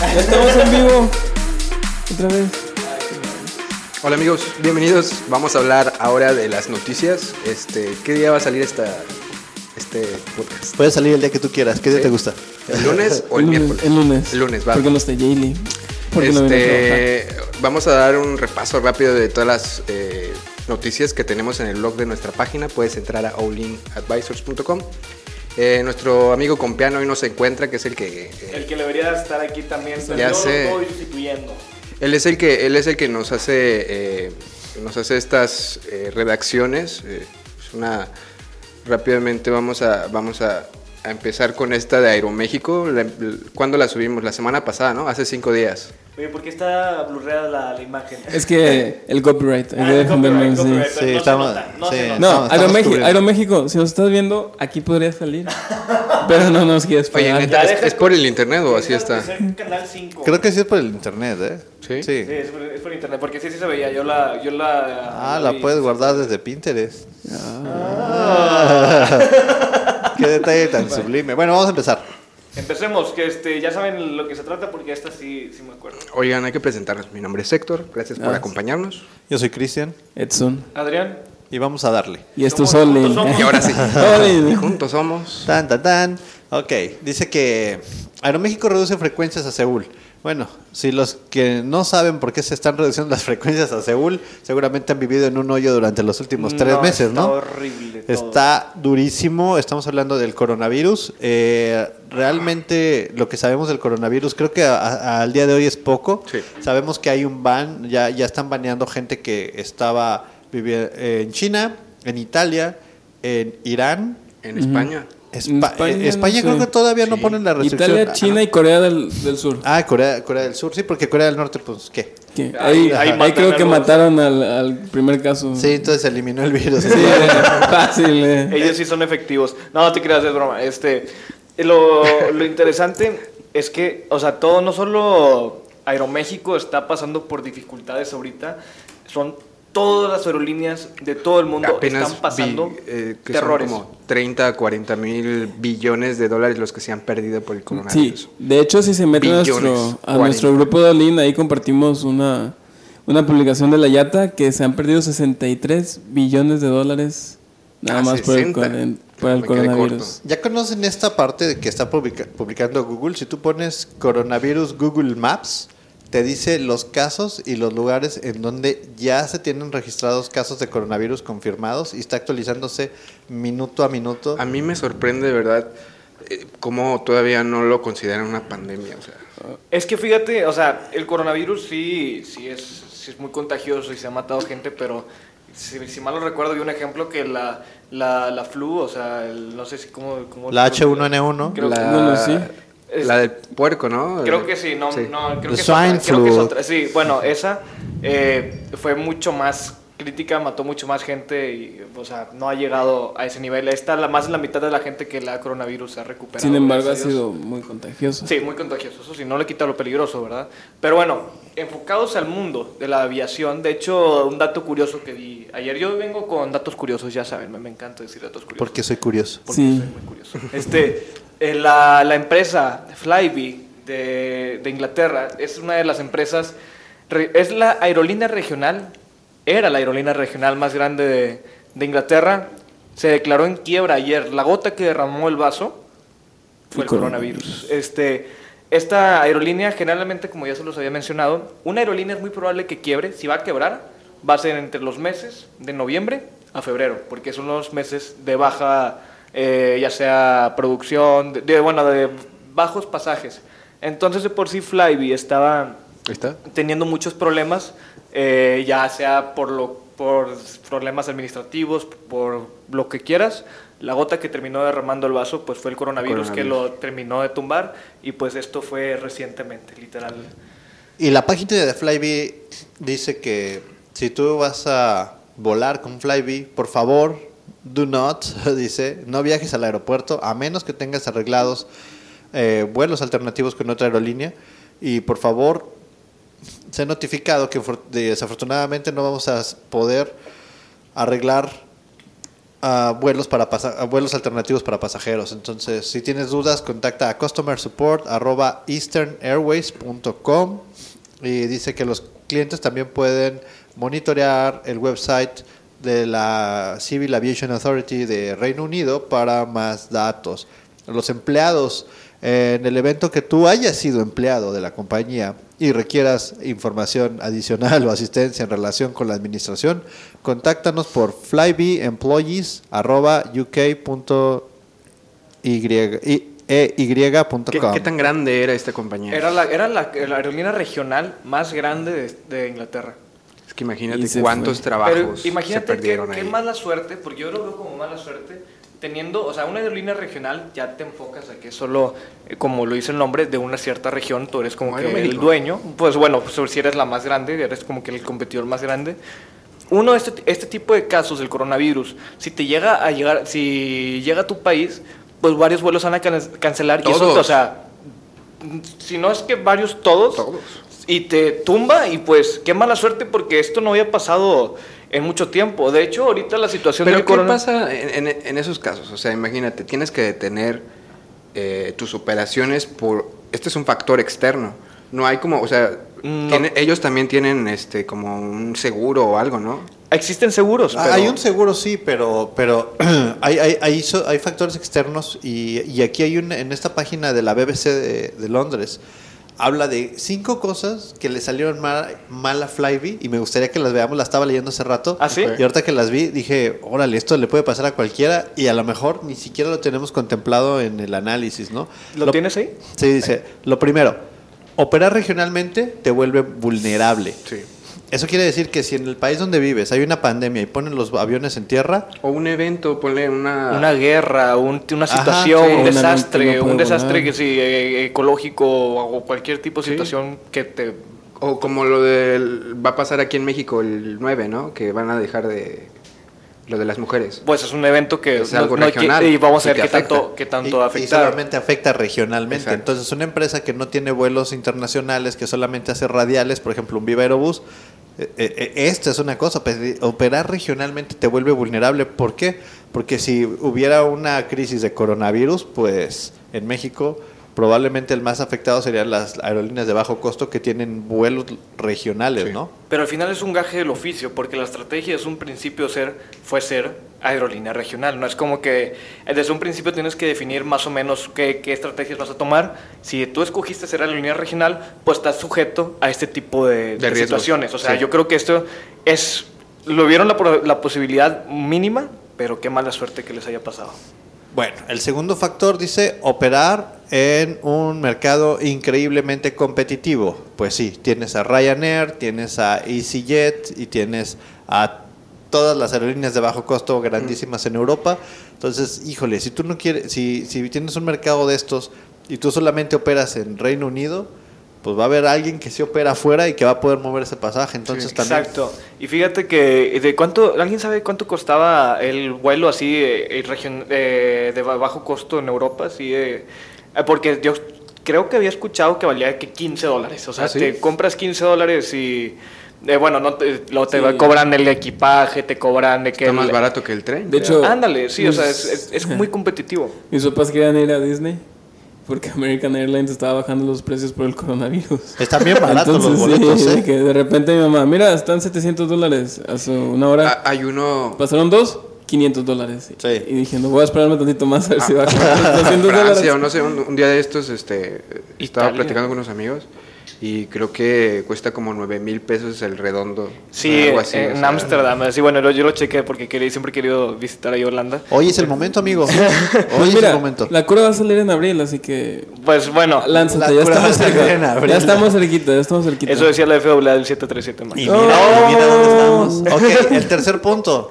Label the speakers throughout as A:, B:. A: Ya estamos en vivo. Otra vez.
B: Hola amigos, bienvenidos. Vamos a hablar ahora de las noticias. Este, ¿qué día va a salir esta, este podcast?
C: Puedes salir el día que tú quieras. ¿Qué día
B: Sí.
C: te gusta?
B: ¿El lunes o el,
A: lunes,
B: miércoles?
A: El lunes.
B: El lunes, va.
A: Porque no está Jaylee. Porque no viene a trabajar.
B: Este, vamos a dar un repaso rápido de todas las eh, noticias que tenemos en el blog de nuestra página. Puedes entrar a allinadvisors.com. Eh, nuestro amigo Compiano hoy nos encuentra, que es el que... eh,
D: El que debería estar aquí también.
B: Ya
D: yo
B: sé.
D: Lo estoy sustituyendo.
B: él, es el que él es el que nos hace, eh, nos hace estas eh, redacciones. Eh, es una... Rápidamente vamos a... Vamos a a empezar con esta de Aeroméxico, La- ¿cuándo la subimos? La semana pasada, ¿no? Hace cinco días.
D: Oye, ¿por qué está blurreada la, la imagen?
A: Es que el copyright. hay
D: Ah,
A: que
D: el
A: defenderlo,
D: copyright,
A: sí.
D: copyright.
C: Sí,
D: no se
C: está
D: nota,
C: mal.
D: no
C: Sí,
D: se nota.
A: No,
C: estamos
A: Aeroméxico,
C: cubriendo.
A: Aeroméxico, si nos estás viendo, aquí podría salir. Pero no nos quieres
B: Oye,
A: pagar.
B: neta, ¿es,
D: deja-
B: es por el internet o así
D: Dejas de
B: está?
D: ser canal 5.
C: Creo que sí es por el internet, ¿eh?
B: ¿Sí?
C: Sí.
D: Sí, es por, es por internet, porque sí, sí se veía. Yo la. Yo la
C: Ah, la
D: vi.
C: puedes guardar desde Pinterest. Ah. Qué detalle tan sublime. Bueno, vamos a empezar.
D: Empecemos, que este, ya saben lo que se trata, porque esta sí, sí me acuerdo.
B: Oigan, hay que presentarnos. Mi nombre es Héctor. Gracias por
A: Ah.
B: acompañarnos.
C: Yo soy Cristian
A: Edson.
D: Adrián.
C: y vamos a darle.
A: Y esto es
D: Somos-
A: Olin.
D: somos-
B: Y ahora sí.
A: Olin.
B: Juntos somos.
C: Tan, tan, tan. Ok, dice que Aeroméxico reduce frecuencias a Seúl. Bueno, si los que no saben por qué se están reduciendo las frecuencias a Seúl, seguramente han vivido en un hoyo durante los últimos tres
D: Mm, No,
C: meses,
D: está
C: ¿no?
D: horrible todo.
C: Está durísimo, estamos hablando del coronavirus. Eh, realmente lo que sabemos del coronavirus creo que a- a- al día de hoy es poco.
B: Sí.
C: Sabemos que hay un ban, ya, ya están baneando gente que estaba viviendo eh, en China, en Italia, en Irán.
B: En España.
C: Espa-
A: España
C: eh,
A: no
C: España, creo
A: sé.
C: que todavía no ponen la restricción.
A: Italia, China y Corea del, del Sur.
C: Ah, Corea, Corea del Sur, sí, porque Corea del Norte, pues, ¿qué?
A: Que Ahí,
D: Ahí- ahí
A: ahí
D: matan
A: creo que
D: a los-
A: mataron al, al primer caso.
C: Sí, entonces se eliminó el virus.
A: Sí, eh, fácil. eh.
D: Ellos sí son efectivos. No, te creas, es broma. Este, lo, lo interesante es que, o sea, todo, no solo Aeroméxico está pasando por dificultades ahorita, son todas las aerolíneas de todo el mundo
B: Apenas
D: están pasando
B: vi, eh, que son
D: terrores.
B: como 30 a 40 mil billones de dólares los que se han perdido por el coronavirus.
A: Sí, de hecho, si se meten a
B: Billones,
A: nuestro, a
B: 40.
A: nuestro grupo de Olin, ahí compartimos una, una publicación de la Yata que se han perdido 63 billones de dólares nada
B: Ah,
A: más por el,
B: 60.
A: coren- por el
B: Me quedé
A: coronavirus.
C: Ya conocen esta parte de que está publica- publicando Google. Si tú pones coronavirus Google Maps, te dice los casos y los lugares en donde ya se tienen registrados casos de coronavirus confirmados y está actualizándose minuto a minuto.
B: A mí me sorprende, de verdad, eh, cómo todavía no lo consideran una pandemia. O sea,
D: Es que fíjate, o sea, el coronavirus sí, sí, es, sí es muy contagioso y se ha matado gente, pero si, si mal no recuerdo, vi un ejemplo que la, la, la flu, o sea, el- no sé si cómo... cómo
C: La H1N1.
D: Creo que-
B: la,
A: bueno, sí.
B: la del puerco, ¿no?
D: Creo que sí, no,
B: Sí.
D: no creo
C: The
D: que, es
C: swine
D: otra, creo que es
C: flu.
D: otra. Sí, bueno, esa eh, fue mucho más crítica, mató mucho más gente y, o sea, no ha llegado a ese nivel. Está la, más de la mitad de la gente que la coronavirus ha recuperado.
A: Sin embargo, ha
D: gracias a Dios.
A: sido muy contagioso.
D: Sí, muy contagioso, eso sí, no le quita lo peligroso, ¿verdad? Pero bueno, enfocados al mundo de la aviación, de hecho, un dato curioso que di ayer, yo vengo con datos curiosos, ya saben, me, me encanta decir datos curiosos.
C: Porque soy curioso.
D: Porque
A: Sí.
D: soy muy curioso. Este, eh, la, la empresa Flybe de, de Inglaterra es una de las empresas, re- es la aerolínea regional, era la aerolínea regional más grande de, de Inglaterra. Se declaró en quiebra ayer. La gota que derramó el vaso
A: El
D: fue el coronavirus. Este, esta aerolínea, generalmente, como ya se los había mencionado, una aerolínea es muy probable que quiebre. Si va a quebrar, va a ser entre los meses de noviembre a febrero, porque son los meses de baja, eh, ya sea producción, de, de, bueno, de bajos pasajes. Entonces, de por sí, Flybe estaba
B: Ahí está.
D: teniendo muchos problemas eh, ya sea por, lo, por problemas administrativos, por lo que quieras. La gota que terminó derramando el vaso pues fue el coronavirus,
B: Coronavirus.
D: que lo terminó de tumbar y pues esto fue recientemente, literal.
C: Y la página de Flybe dice que si tú vas a volar con Flybe, por favor, do not, dice, no viajes al aeropuerto a menos que tengas arreglados eh, vuelos alternativos con otra aerolínea. Y por favor, se ha notificado que for- desafortunadamente no vamos a s- poder arreglar ah, vuelos para pasa- vuelos alternativos para pasajeros. Entonces, si tienes dudas, contacta a customer support arroba easternairways.com y dice que los clientes también pueden monitorear el website de la Civil Aviation Authority de Reino Unido para más datos. Los empleados eh, en el evento que tú hayas sido empleado de la compañía y requieras información adicional o asistencia en relación con la administración, contáctanos por flybeemployees.uk.ey.com. e
B: ¿Qué, qué tan grande era esta compañía?
D: Era la, era la, la aerolínea regional más grande de, de Inglaterra.
B: Es que imagínate
A: Y se
B: cuántos
A: fue.
B: trabajos
D: Pero imagínate
B: se perdieron
D: qué,
B: ahí.
D: qué mala suerte, porque yo lo veo como mala suerte, teniendo, o sea, una aerolínea regional ya te enfocas a que solo, eh, como lo dice el nombre, de una cierta región, tú eres como
B: Como
D: que
B: Aeroméxico.
D: el dueño, pues bueno, pues, si eres la más grande, eres como que el competidor más grande. Uno, este, este tipo de casos, el coronavirus, si te llega a llegar, si llega a tu país, pues varios vuelos van a can- cancelar y eso,
B: Todos.
D: o sea, si no es que varios, todos.
B: Todos.
D: Y te tumba y pues qué mala suerte porque esto no había pasado en mucho tiempo. De hecho, ahorita la situación
B: Pero
D: del
B: ¿qué
D: corona-
B: pasa en, en- en esos casos? O sea, imagínate, tienes que detener eh, tus operaciones por... Este es un factor externo. No hay como, o sea,
D: Mm, No.
B: tiene- ellos también tienen este como un seguro o algo, ¿no?
D: Existen seguros.
C: Ah,
D: pero-
C: Hay un seguro, sí, pero, pero hay, hay, hay, so- hay factores externos y, y aquí hay un, en esta página de la BBC de, de Londres, habla de cinco cosas que le salieron mal, mal a Flyby y me gustaría que las veamos, la estaba leyendo hace rato.
D: ¿Ah, sí?
C: Y ahorita que las vi dije, órale, esto le puede pasar a cualquiera y a lo mejor ni siquiera lo tenemos contemplado en el análisis, ¿no?
D: ¿Lo tienes ahí?
C: Sí, dice, lo primero, operar regionalmente te vuelve vulnerable.
B: Sí.
C: Eso quiere decir que si en el país donde vives hay una pandemia y ponen los aviones en tierra,
B: O un evento, ponle una...
D: Una guerra, un- una
C: Ajá,
D: situación,
A: sí.
D: un
A: Una-
D: desastre,
A: no puede
D: un desastre
A: volar.
D: que sí, eh, ecológico o o cualquier tipo de situación que te...
B: O como lo del... Va a pasar aquí en México el 9, ¿no? Que van a dejar de... Lo de las mujeres.
D: Pues es un evento que
B: Es algo
D: hay que-
B: regional
D: y vamos a
B: y que
D: ver qué tanto,
B: afecta.
D: qué
C: y-
D: tanto
C: y,
D: afecta.
C: solamente afecta regionalmente.
B: Exacto.
C: Entonces, una empresa que no tiene vuelos internacionales, que solamente hace radiales, por ejemplo, un Viva Aerobús, eh, eh, eh, esta es una cosa, pues, eh, operar regionalmente te vuelve vulnerable. ¿Por qué? Porque si hubiera una crisis de coronavirus, pues en México probablemente el más afectado serían las aerolíneas de bajo costo que tienen vuelos regionales,
B: Sí.
C: ¿no?
D: Pero al final es un gaje del oficio, porque la estrategia es un principio ser, fue ser aerolínea regional. No es como que eh, desde un principio tienes que definir más o menos qué, qué estrategias vas a tomar. Si tú escogiste ser aerolínea regional, pues estás sujeto a este tipo de, de
B: riesgos.
D: situaciones. O sea,
B: Sí.
D: yo creo que esto es, lo vieron la, pro- la posibilidad mínima, pero qué mala suerte que les haya pasado.
C: Bueno, el segundo factor dice operar en un mercado increíblemente competitivo. Pues sí, tienes a Ryanair, tienes a EasyJet y tienes a todas las aerolíneas de bajo costo grandísimas en Europa. Entonces, híjole, si tú no quieres, si, si tienes un mercado de estos y tú solamente operas en Reino Unido, pues va a haber alguien que sí opera afuera y que va a poder mover ese pasaje. Entonces también
D: Exacto. Y fíjate que eh, de cuánto, ¿alguien sabe cuánto costaba el vuelo así eh, eh, region- eh, de ba- bajo costo en Europa? Así, eh, eh, porque yo creo que había escuchado que valía que 15 dólares. O sea,
B: ¿Ah, sí?
D: te compras 15 dólares y eh, bueno, no te, lo, te
A: Sí.
D: cobran el equipaje, te cobran de que
B: Está más
D: el-
B: barato que el tren.
A: De hecho,
D: Ándale, sí, o sea, es,
A: mis-
D: es- es muy competitivo.
A: Mis papás querían ir a Disney porque American Airlines estaba bajando los precios por el coronavirus.
C: están bien baratos los
A: Entonces, sí,
C: boletos. ¿eh?
A: que de repente mi mamá, mira, están 700 dólares hace una hora.
B: Ah, hay uno...
A: Pasaron dos, 500 dólares.
C: Sí. Ah,
A: Y dije, no voy a esperarme tantito más a ver si va a costar 200
B: Francia,
A: dólares.
B: o no sé, un, un día de estos este, estaba
D: Italia.
B: platicando con unos amigos Y creo que cuesta como 9 mil pesos el redondo.
D: Sí, eh,
B: algo así, o
D: en
B: sea,
D: Ámsterdam. Sí, bueno, yo lo chequé porque quería- siempre he querido visitar ahí Holanda.
C: Hoy es el momento, amigo. Hoy
A: Pues
C: es
A: mira,
C: el momento.
A: la cura va a salir en abril, así que
D: Pues bueno,
A: lánzate,
C: La
A: ya
C: cura va a
A: estamos
C: salir en
A: cerquita.
C: abril.
A: Ya estamos cerquita, ya estamos cerquita.
D: eso decía la FAA del 737 Max.
C: Y mira, y mira dónde estamos. Ok, el tercer punto.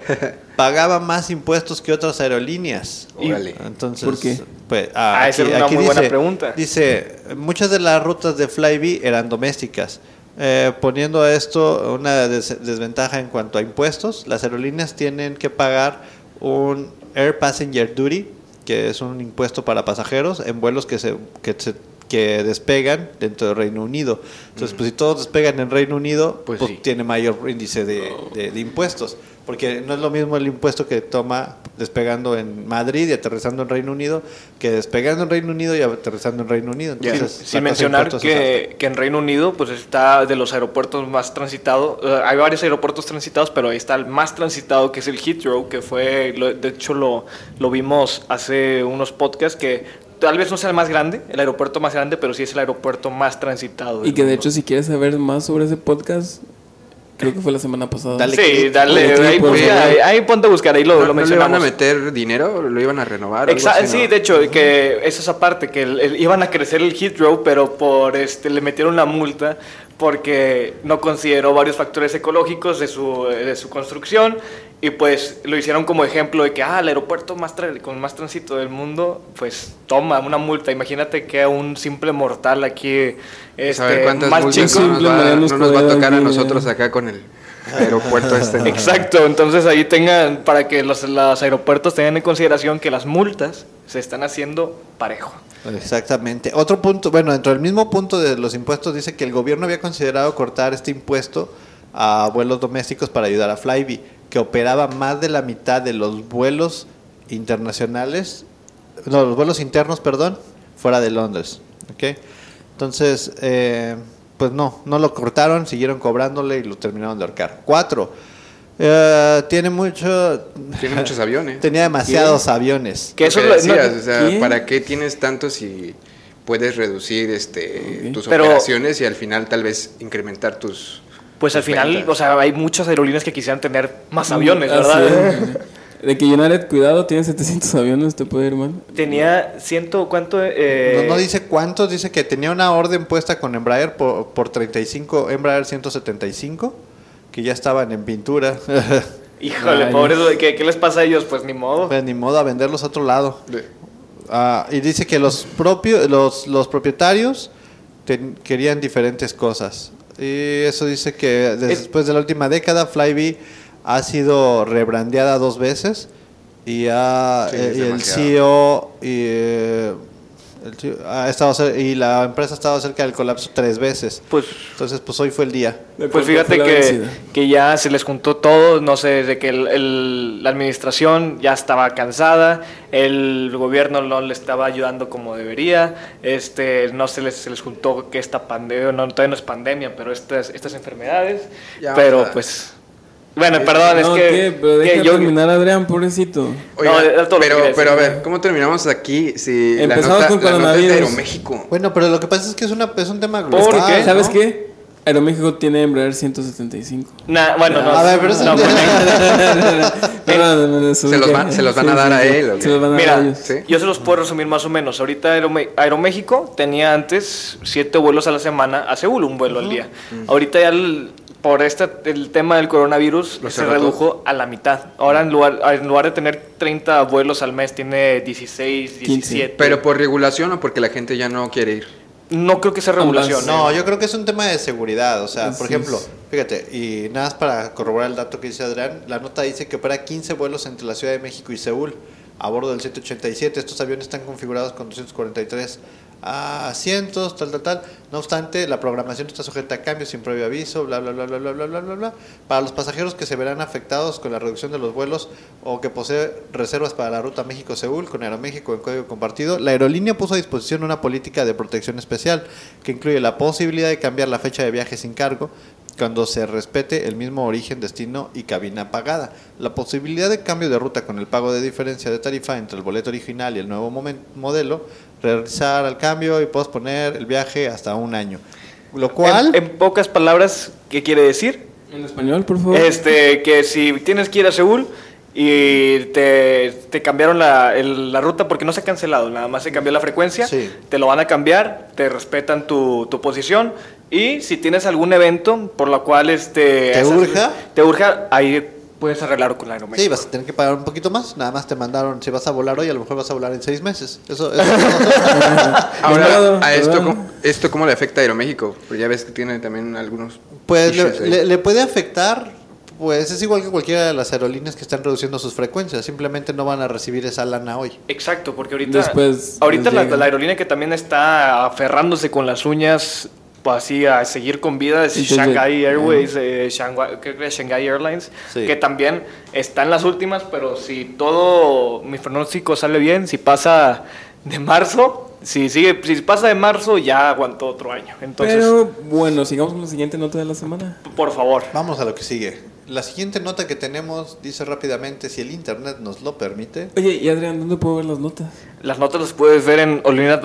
C: Pagaba más impuestos que otras aerolíneas.
B: órale.
C: Entonces,
A: ¿Por qué?
C: Pues, ah,
D: Ah, esa
C: aquí-
D: era una
C: aquí
D: muy
C: dice,
D: buena pregunta.
C: Dice, muchas de las rutas de Flybe eran domésticas. Eh, poniendo a esto una des- desventaja en cuanto a impuestos, las aerolíneas tienen que pagar un Air Passenger Duty, que es un impuesto para pasajeros en vuelos que se, que se- que despegan dentro del Reino Unido. Entonces, pues si todos despegan en Reino Unido,
B: Pues
C: pues,
B: sí.
C: tiene mayor índice de, de- de impuestos. Porque no es lo mismo el impuesto que toma despegando en Madrid y aterrizando en Reino Unido que despegando en Reino Unido y aterrizando en Reino Unido.
B: Ya.
C: Entonces,
D: Sin
C: la tasa de
D: mencionar
C: impuestos es alta.
D: que, que en Reino Unido pues está de los aeropuertos más transitados, eh, hay varios aeropuertos transitados, pero ahí está el más transitado que es el Heathrow, que fue, lo- de hecho lo, lo vimos hace unos podcasts, que tal vez no sea el más grande, el aeropuerto más grande, pero sí es el aeropuerto más transitado.
A: Y
D: del
A: que de
D: mundo.
A: hecho, si quieres saber más sobre ese podcast, creo que fue la semana pasada.
C: Dale
D: Sí,
C: click,
D: dale,
A: dale
D: ahí,
A: click,
D: busca,
A: por
D: ahí,
A: favor.
D: ahí ponte a buscar, ahí lo,
B: ¿No,
D: lo
B: no le van a
D: mencionamos.
B: meter dinero? ¿Lo iban a renovar? o algo
D: Exa-
B: así,
D: sí,
B: no?
D: de hecho, que es esa parte, que el- el- iban a crecer el Heathrow, pero por este le metieron una multa porque no consideró varios factores ecológicos de su, de su construcción y pues lo hicieron como ejemplo de que, ah, el aeropuerto más tra- con más tránsito del mundo, pues toma una multa. Imagínate que a un simple mortal aquí,
B: a ver
D: este,
B: cuántas
D: más
B: multas
D: chico,
B: no nos,
A: Simple
B: va,
A: Mariano
B: no nos va a
A: Escobedo
B: tocar a
A: aquí,
B: nosotros
A: ya.
B: acá con el aeropuerto este.
D: Exacto, entonces ahí tengan, para que los, los aeropuertos tengan en consideración que las multas se están haciendo parejo.
C: Exactamente. Otro punto, bueno, dentro del mismo punto de los impuestos dice que el gobierno había considerado cortar este impuesto a vuelos domésticos para ayudar a Flybe, que operaba más de la mitad de los vuelos internacionales, no, los vuelos internos, perdón, fuera de Londres. ¿ok? Entonces, eh, pues no, no lo cortaron, siguieron cobrándole y lo terminaron de ahorcar. Cuatro, eh, tiene mucho...
B: Tiene muchos aviones.
C: Tenía demasiados aviones.
D: Que eso
B: Lo
D: lo- no-
B: decías, o sea,
A: ¿Qué?
B: ¿para qué tienes tanto si puedes reducir este
A: Ok.
B: tus
D: Pero-
B: operaciones y al final tal vez incrementar tus
D: Pues al final,
B: ventas?
D: o sea, hay muchas aerolíneas que quisieran tener más
A: Mm,
C: ah,
D: aviones,
A: así
D: ¿verdad?
A: es. De que United, cuidado, tiene 700 aviones, te puede ir mal.
C: Pues
D: Tenía ciento, ¿cuánto? Eh,
C: No, no dice cuántos, dice que tenía una orden puesta con Embraer por, por 35, Embraer 175, que ya estaban en pintura.
D: Híjole,
A: Ay.
D: pobres, ¿qué, qué les pasa a ellos? Pues ni modo.
C: Pues ni modo a venderlos a otro lado.
B: de-
C: Ah, y dice que los, propios, los, los propietarios ten- querían diferentes cosas. Y eso dice que
D: Es-
C: después de la última década, Flybe ha sido rebrandeada dos veces y, ha-
B: Sí,
C: eh,
B: es
C: y el
B: demasiado.
C: CEO y, eh, el CEO ha estado cer- y la empresa ha estado cerca del colapso tres veces.
D: Pues,
C: Entonces, pues hoy fue el día.
D: pues fíjate que, que ya se les juntó todo, no sé, de que el- el- la administración ya estaba cansada, el gobierno no le estaba ayudando como debería, este, no se les, se les juntó que esta pandemia, no, todavía no es pandemia, pero estas, estas enfermedades,
B: Ya,
D: pero
B: o sea,
D: pues... Bueno, perdón,
A: no,
D: es que,
A: ¿qué? Pero
D: que
A: deja
D: yo-
A: terminar, Adrián, pobrecito.
B: Oiga,
D: No, era todo lo que
B: pero,
D: quería
B: pero a
D: decir.
B: ver, ¿cómo terminamos aquí si
A: Empezamos
B: la nota, la nota
A: con
B: es de
A: coronavirus.
B: Aeroméxico?
C: Bueno, pero lo que pasa es que es, una, es un tema
D: ¿Por
C: global,
D: qué?
C: ¿no?
A: ¿Sabes qué? Aeroméxico tiene Embraer 175.
D: Nah, bueno, no.
C: A ver, pero eso-
D: no, porque-
A: Perdón, me desubiqué.
B: los van- se los van a dar a él, ¿o qué?
A: Se los van a dar a
D: Mira,
A: ellos.
B: Sí.
D: yo se los puedo resumir más o menos. Ahorita Aerome- Aeroméxico tenía antes siete vuelos a la semana a Seúl, un vuelo al día.
B: Mm.
D: Ahorita ya el- por este, el tema del coronavirus
B: Lo
D: se
B: cerró
D: redujo a la mitad. Ahora en lugar, en lugar de tener 30 vuelos al mes, tiene 16, 17.
B: Pero pues, por regulación o porque la gente ya no quiere ir.
D: no creo que sea regulación.
A: Ambas.
D: ¿eh?
C: No, yo creo que es un tema de seguridad. O sea,
A: Así
C: por ejemplo,
A: es.
C: fíjate, y nada más para corroborar el dato que dice Adrián, la nota dice que opera 15 vuelos entre la Ciudad de México y Seúl a bordo del 787. Estos aviones están configurados con 243 asientos, tal, tal, tal. No obstante, la programación está sujeta a cambios sin previo aviso, bla, bla, bla, bla, bla, bla, bla, bla, bla. Para los pasajeros que se verán afectados con la reducción de los vuelos o que posee reservas para la ruta México-Seúl con Aeroméxico en código compartido, la aerolínea puso a disposición una política de protección especial que incluye la posibilidad de cambiar la fecha de viaje sin cargo cuando se respete el mismo origen, destino y cabina pagada. La posibilidad de cambio de ruta con el pago de diferencia de tarifa entre el boleto original y el nuevo momen- modelo, realizar el cambio y posponer el viaje hasta un año. Lo cual,
D: En, en pocas palabras, ¿qué quiere decir?
A: En español, por favor.
D: Este, que si tienes que ir a Seúl y te, te cambiaron la, el- la ruta porque no se ha cancelado, nada más se cambió la frecuencia,
C: Sí.
D: te lo van a cambiar, te respetan tu, tu posición y si tienes algún evento por lo cual este,
C: ¿Te
D: haces-
C: urja?
D: Te urja, ahí puedes arreglar con la aeromesa.
C: sí, vas a tener que pagar un poquito más. Nada más te mandaron, si vas a volar hoy, a lo mejor vas a volar en seis meses. Eso, eso
B: Ahora,
A: Perdón,
B: ¿a esto,
A: perdón.
B: cómo- esto cómo le afecta a Aeroméxico? Porque ya ves que tiene también algunos...
C: Pues
B: issues
C: le,
B: ahí.
C: le- le puede afectar, pues es igual que cualquiera de las aerolíneas que están reduciendo sus frecuencias, simplemente no van a recibir esa lana hoy.
D: Exacto, porque ahorita,
A: Después
D: ahorita
A: les
D: la,
A: llega.
D: la aerolínea que también está aferrándose con las uñas pues, así a seguir con vida es
A: Entonces,
D: Shanghai Airways, eh, Shanghai, creo que es Shanghai Airlines,
C: Sí.
D: que también está en las últimas, pero si todo mi pronóstico sale bien, si pasa de marzo, si sigue, si pasa de marzo ya aguantó otro año. Entonces,
A: Pero bueno, sigamos con la siguiente nota de la semana.
D: por favor.
C: Vamos a lo que sigue. La siguiente nota que tenemos dice rápidamente, si el internet nos lo permite,
A: Oye, y Adrián, ¿dónde puedo ver las notas?
D: Las notas las puedes ver en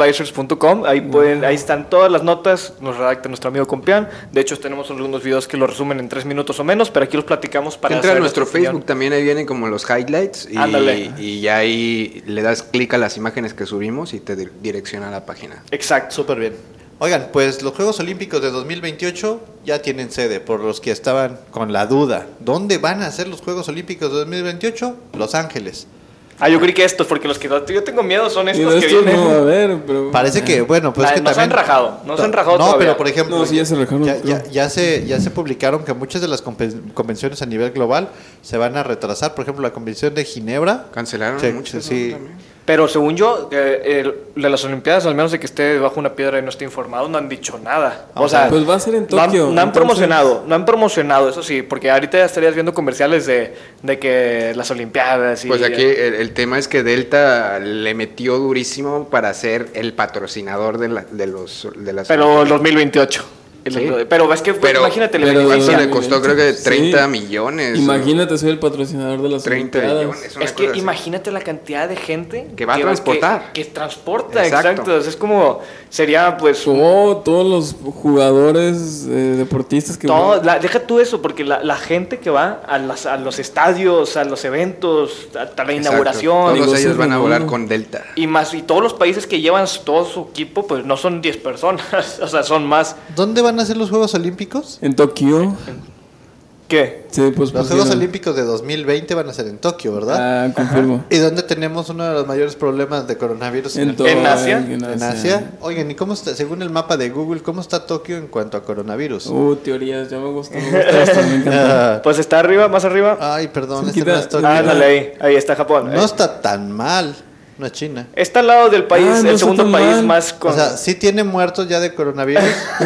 D: olinadvisors.com. Ahí, pueden- ahí están todas las notas. Nos redacta nuestro amigo Compián. De hecho, tenemos algunos videos que lo resumen en tres minutos o menos, pero aquí los platicamos para.
B: Entra a
D: saber
B: nuestro
D: nuestra opinión.
B: Facebook, también ahí vienen como los highlights y,
D: Ándale.
B: y ya ahí le das clic a las imágenes que subimos y te dir- direcciona a la página.
D: Exacto.
C: súper bien. Oigan, pues los Juegos Olímpicos de 2028 ya tienen sede, por los que estaban con la duda. ¿Dónde van a ser los Juegos Olímpicos de 2028? Los Ángeles.
D: Ah, yo creí que estos, porque los que yo tengo miedo son estos
A: Digo,
D: que
A: esto
D: vienen.
A: no va a haber, pero.
C: Parece que, bueno, pues
D: Ah,
C: que
D: no se han
C: también...
D: rajado, no se han rajado
C: No,
D: todavía.
C: pero por ejemplo...
A: No, sí, ya se rajaron,
C: Ya, ya-
A: creo.
C: ya se, ya se publicaron que muchas de las conven- convenciones a nivel global se van a retrasar. Por ejemplo, la convención de Ginebra.
B: Cancelaron
C: Sí,
B: muchas.
C: sí.
B: ¿no? También.
D: Pero según yo, eh, el- de las Olimpiadas, al menos de que esté debajo de una piedra y no esté informado, no han dicho nada. O
C: Vamos
D: sea,
C: a ver.
A: Pues va a ser en
D: no han-
A: Tokio,
D: No han,
A: entonces.
D: promocionado, no han promocionado, eso sí, porque ahorita ya estarías viendo comerciales de, de que las Olimpiadas y.
B: Pues aquí el, el tema es que Delta le metió durísimo para ser el patrocinador de, la- de los de las
D: Pero el 2028. El-
B: Sí.
D: Pero es que pues,
B: Pero-
D: imagínate la
A: pero-
B: Eso
D: beneficia.
B: le costó creo que
A: Sí.
B: 30 millones. ¿no?
A: Imagínate, soy el patrocinador de las
B: 30
A: Olimpiadas.
B: millones. una
D: Es que
B: cosa así.
D: imagínate la cantidad de gente
B: Que va a transportar.
D: Que, que transporta,
B: Exacto.
D: exacto. O sea, Es como, sería pues...
A: Todo- Oh, todos los jugadores eh, deportistas que.
D: todo- la- deja tú eso, porque la, la gente que va a, las- a los estadios, a los eventos, a, a la
B: Exacto.
D: inauguración,
B: Todos
A: Negocios
B: ellos van a volar
A: redondo.
B: con Delta.
D: y más, y todos los países que llevan todo su equipo, pues no son 10 personas, o sea, son más
C: ¿Dónde van a ser los Juegos Olímpicos?
A: En Tokio.
D: que...
A: Sí, pues.
C: Los
A: pusieron.
C: Juegos Olímpicos de 2020 van a ser en Tokio, ¿verdad?
A: Ah, confirmo.
C: ¿Y dónde tenemos uno de los mayores problemas de coronavirus en, el-
A: todo-
D: ¿En Asia?
C: en Asia? Oigan, ¿y cómo está, según el mapa de Google, cómo está Tokio en cuanto a coronavirus?
A: Uh, teorías, ya me gustó. Me gusta esto, me encanta.
C: Ah,
D: Pues está arriba, más
B: Ah,
D: arriba.
C: ay, perdón, este
A: Quita-
C: no es Tokio.
D: Ándale ahí, ahí está Japón.
C: No
D: ahí.
C: está tan mal, no es China.
D: Está al lado del país,
A: Ah, no
D: el
A: está
D: segundo
A: tan
D: país
A: mal.
D: más con...
C: O sea, sí tiene muertos ya de coronavirus,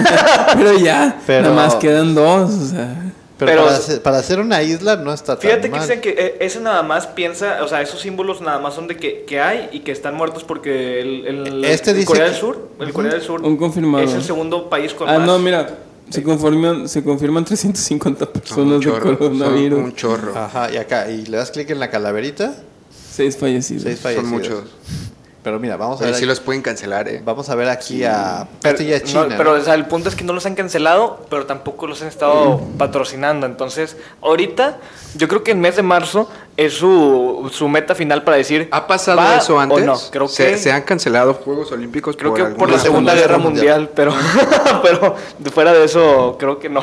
A: Pero ya,
C: Pero-
A: nada más quedan dos, o sea.
C: Pero,
D: Pero-
C: para, hacer, para hacer una isla no está tan
D: Fíjate que
C: mal.
D: dicen que eh, ese nada más piensa, o sea, esos símbolos nada más son de que, que hay y que están muertos porque el, el-
C: Este
D: el
C: dice
D: Corea
C: que-
D: del Sur, el Corea del Sur
A: Un confirmado.
D: es el segundo país con
A: Ah,
D: más.
A: no, mira, se confirman, se confirman 350
B: Son
A: personas
B: un
A: de
B: chorro, son
A: coronavirus.
B: un chorro.
D: Ah,
C: Ajá, y acá, y le das clic en la calaverita,
A: Seis fallecidos.
C: seis
B: son
C: fallecidos.
B: muchos.
C: Pero mira, vamos a
B: Y
C: ver,
B: sí
C: aquí,
B: los pueden cancelar, eh.
C: vamos a ver aquí a...
D: Pero,
C: esto este ya es China.
D: no, pero, o sea, el punto es que no los han cancelado, pero tampoco los han estado patrocinando. Entonces, ahorita, yo creo que el mes de marzo es su, su meta final para decir.
B: ¿Ha pasado
D: ¿va
B: eso antes?
D: O no, creo que.
B: se, se han cancelado Juegos Olímpicos
D: Creo que por
B: alguna-
D: la Segunda Guerra Mundial, pero, pero fuera de eso, creo que no.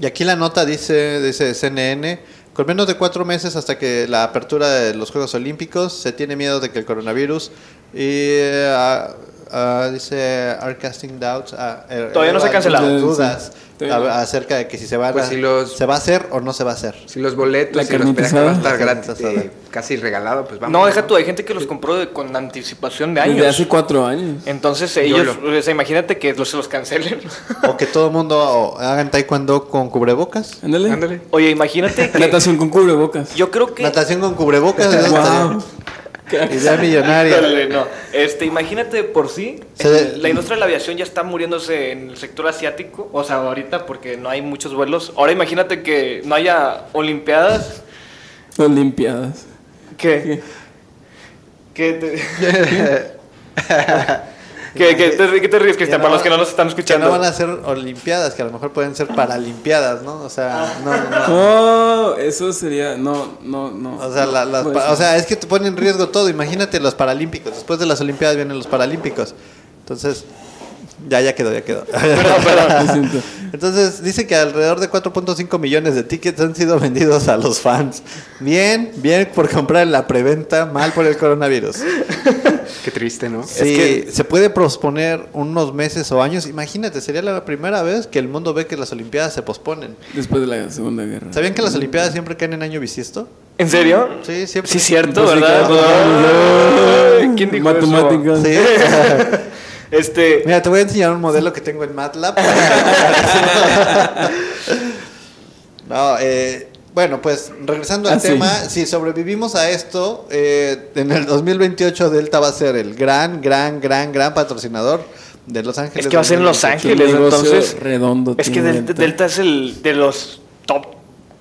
C: Y aquí la nota dice, dice CNN, con menos de cuatro meses hasta que la apertura de los Juegos Olímpicos, se tiene miedo de que el coronavirus y... ah, ah, dice are casting doubts ah, eh,
D: Todavía no se ha
C: elevan
D: cancelado.
C: dudas
A: Sí, sí.
C: a- acerca de que si se va a-
B: Pues si los-
C: se va a hacer o no se va a hacer
B: Si los boletos
A: La
B: y los peajes van a
A: carnita
B: estar
C: asada.
B: gratis,
C: La carnita
B: eh, casi regalado, pues vamos.
D: No, deja tú, hay gente que los compró de- con anticipación de
A: Desde hace
D: años.
A: cuatro años.
D: Entonces ellos,
B: Yolo.
D: o sea, imagínate que los, se los cancelen.
C: O que todo el mundo o, hagan taekwondo con cubrebocas.
A: Ándale.
B: Ándale.
D: Oye, imagínate que
A: Natación con cubrebocas.
D: yo creo que
C: Natación con cubrebocas. eso
A: Wow.
C: estaría- Idea millonaria.
D: Híjole, no. Este, imagínate de por sí,
C: Se
D: el-
C: de-
D: la industria de la aviación ya está muriéndose en el sector asiático, o sea, ahorita porque no hay muchos vuelos. Ahora imagínate que no haya olimpiadas,
A: Olimpiadas.
D: que que te- ¿Qué, qué te, qué te ríes, Cristian? este, Para los que no nos están escuchando.
C: Que no van a ser olimpiadas, que a lo mejor pueden ser paralimpiadas, ¿no? O sea, no, no.
A: No, Oh, eso sería. No, no, no.
C: O sea, la- las
A: Pues,
C: pa- o sea, es que te ponen en riesgo todo. Imagínate los paralímpicos. Después de las Olimpiadas vienen los paralímpicos. Entonces, ya, ya quedó, ya quedó.
A: lo siento.
C: Entonces, dice que alrededor de 4.5 millones de tickets han sido vendidos a los fans. Bien, bien por comprar en la preventa, mal por el coronavirus.
B: Qué triste, ¿no?
C: Sí, se puede posponer unos meses o años. Imagínate, sería la primera vez que el mundo ve que las Olimpiadas se posponen.
A: Después de la Segunda Guerra.
C: ¿Sabían que las Olimpiadas siempre caen en año bisiesto?
D: ¿En serio?
C: Sí, siempre.
D: Sí, cierto,
A: Pues sí,
D: ¿verdad?
A: claro.
D: Ay, ¿Quién dijo eso?
A: Matemáticas.
C: Sí.
D: Este,
C: Mira, te voy a enseñar un modelo que tengo en MATLAB. no, eh, bueno, pues regresando al
A: Ah, sí.
C: tema, si sobrevivimos a esto, eh, en el 2028 Delta va a ser el gran, gran, gran, gran patrocinador de Los Ángeles.
D: es que va a ser en Los
C: 2028.
A: Qué
D: Ángeles,
A: negocio
D: entonces.
A: redondo
D: Es que
A: tiene
D: Delta, Delta es el de los top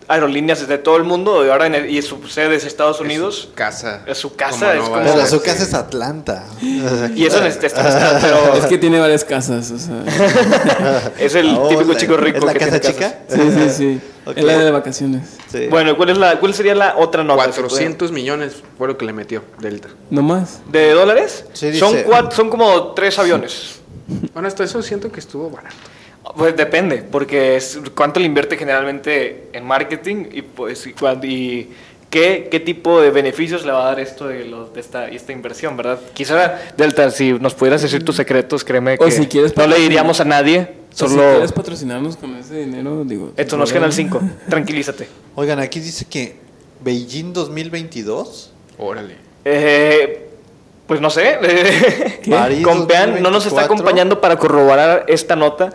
D: aerolíneas de todo el mundo y ahora en el- y su sede es Estados Unidos.
B: Es casa.
D: Es su casa,
B: ¿Cómo
D: es como-
B: va a
C: Pero
B: ser?
C: su casa es Atlanta.
D: Y eso en este está, pero
A: Es que tiene varias casas, o sea.
D: es el
C: Oh,
D: típico
C: la-
D: chico rico
C: ¿Es la
D: que
C: casa
D: tiene
C: chica?
D: casas.
A: Sí, sí, sí.
C: Ok.
A: Es la de vacaciones.
C: Sí.
D: Bueno, ¿cuál es la cuál sería la otra nota?
B: 400 millones fue lo que le metió Delta.
A: No más.
D: de dólares?
C: Sí,
D: son
C: dice-
D: cuat- son como tres aviones.
B: Bueno, hasta eso siento que estuvo barato.
D: Pues depende, porque es cuánto le invierte generalmente en marketing y pues y, cuan- y qué, qué tipo de beneficios le va a dar esto de, los- de esta, esta inversión, ¿verdad? Quizá, Delta, si nos pudieras decir tus secretos, créeme
A: O
D: que
A: si quieres
D: no le
A: patrocinar.
D: diríamos a nadie,
A: Solo... Si
D: solo
A: quieres patrocinarnos con ese dinero, digo.
D: esto no es Canal 5, tranquilízate.
C: Oigan, aquí dice que Beijing 2022.
B: Órale.
D: Eh, pues no sé,
C: ¿Qué? París
D: Compean no nos está
C: 2024.
D: acompañando para corroborar esta nota.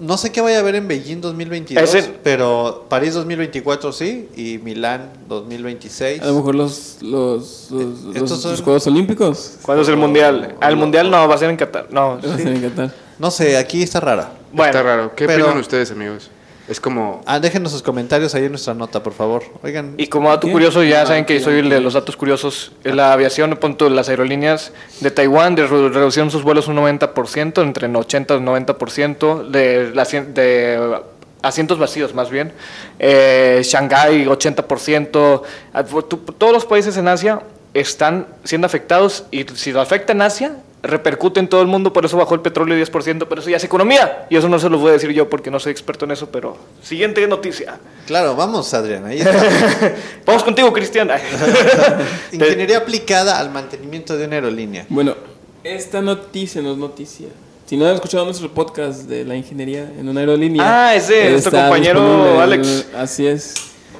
C: No sé qué vaya a haber en Beijing 2022,
D: Ese-
C: pero París 2024 sí, y Milán 2026.
A: A lo mejor los, los, los,
C: Eh, estos
A: los-
C: son-
A: los Juegos Olímpicos.
D: ¿Cuándo es el mundial? Al mundial no, va a ser en Qatar. No,
A: Eso se me encantar.
C: No sé, aquí está rara.
D: bueno.
B: Está raro. ¿Qué
C: pero-
B: opinan ustedes, amigos? Es como.
C: Ah, déjenos sus comentarios ahí en nuestra nota, por favor. Oigan,
D: Y como dato
A: ¿Qué?
D: curioso, ya
A: Ah,
D: saben que
A: ya.
D: soy el de los datos curiosos. La aviación, punto, las aerolíneas de Taiwán de- reducieron sus vuelos un 90%, entre en 80 y 90%, de, la cien- de asientos vacíos más bien. Eh, Shanghái, 80%. Ah, fu- tu- Todos los países en Asia están siendo afectados y si lo afecta en Asia, repercute en todo el mundo, por eso bajó el petróleo 10%, pero eso ya es economía. Y eso no se lo voy a decir yo porque no soy experto en eso, pero siguiente noticia.
C: claro, vamos, Adrián. Ahí está.
D: Vamos contigo, Cristian.
C: Ingeniería aplicada al mantenimiento de una aerolínea.
A: Bueno, esta noticia no es noticia. Si no han escuchado nuestro podcast de la ingeniería en una aerolínea.
D: Ah, ese,
A: él
D: nuestro
A: está
D: compañero
A: disponible.
D: Alex.
A: Así es.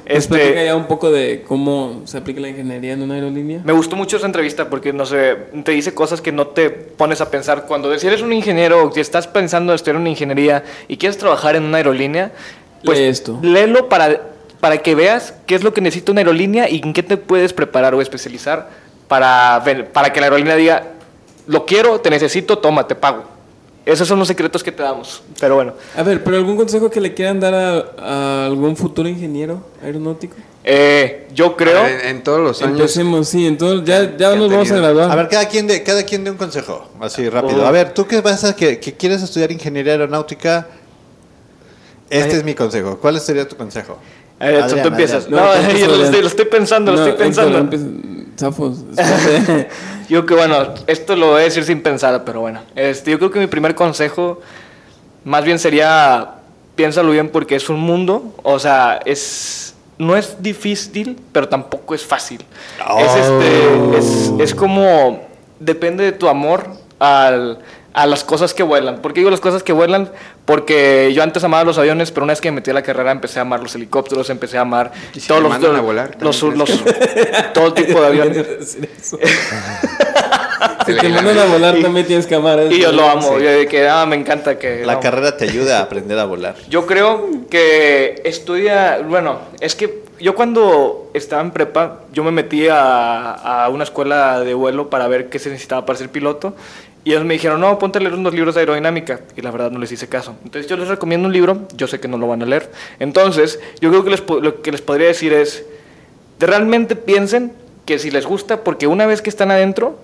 A: Nos
D: Este-
A: platica ya un poco de cómo se aplica la ingeniería en una aerolínea.
D: Me gustó mucho esa entrevista porque no sé, te dice cosas que no te pones a pensar. Cuando si eres un ingeniero o si estás pensando en estudiar una ingeniería y quieres trabajar en una aerolínea, pues
A: Lee esto.
D: léelo para, para que veas qué es lo que necesita una aerolínea y en qué te puedes preparar o especializar para, ver- para que la aerolínea diga, lo quiero, te necesito, toma, te pago. Esos son los secretos que te damos. Pero bueno.
A: A ver, pero algún consejo que le quieran dar a, a algún futuro ingeniero aeronáutico.
D: Eh, yo creo...
B: A ver, En, en todos los Pues años.
A: Empecemos, sí, entonces ya, ya
B: que
A: nos
B: han
A: vamos a
B: tenido.
A: graduar.
C: A ver, cada quien de cada quien de un consejo, así rápido.
D: Oh.
C: A ver, tú qué vas a que, que quieres estudiar ingeniería aeronáutica. Este
D: Ay.
C: es mi consejo. ¿Cuál sería tu consejo?
D: A ver, tú,
C: Adrián,
D: tú empiezas.
C: Adrián.
D: No,
A: tú empiezas,
D: yo lo
A: Adrián.
D: estoy, lo estoy pensando, lo
A: No,
D: estoy
A: Héctor,
D: pensando.
A: empieza- Zafos. espérate.
D: Yo que bueno, esto lo voy a decir sin pensar, pero bueno. Este, yo creo que mi primer consejo más bien sería piénsalo bien porque es un mundo, o sea, es no es difícil, pero tampoco es fácil. Es este es,
B: Oh.
D: es como depende de tu amor al a las cosas que vuelan. ¿Por qué digo las cosas que vuelan? Porque yo antes amaba los aviones, pero una vez que me metí a la carrera empecé a amar los helicópteros, empecé a amar
B: Y si te mandan a volar,
D: los,
B: también
D: los-
B: tienes
D: todo tipo de
A: También
D: aviones.
A: iba a decir eso. Si te mandan a volar,
D: Y-
A: también tienes que amar.
D: Y yo
A: eso.
D: lo amo, yo de que ah, me encanta que...
C: La
D: no.
C: carrera te ayuda a aprender a volar.
D: Yo creo que estudia, bueno, es que yo cuando estaba en prepa, yo me metí a, a una escuela de vuelo para ver qué se necesitaba para ser piloto. Y ellos me dijeron, no, ponte a leer unos libros de aerodinámica. Y la verdad no les hice caso. Entonces yo les recomiendo un libro, yo sé que no lo van a leer. Entonces, yo creo que les po- lo que les podría decir es, realmente piensen que si les gusta, porque una vez que están adentro,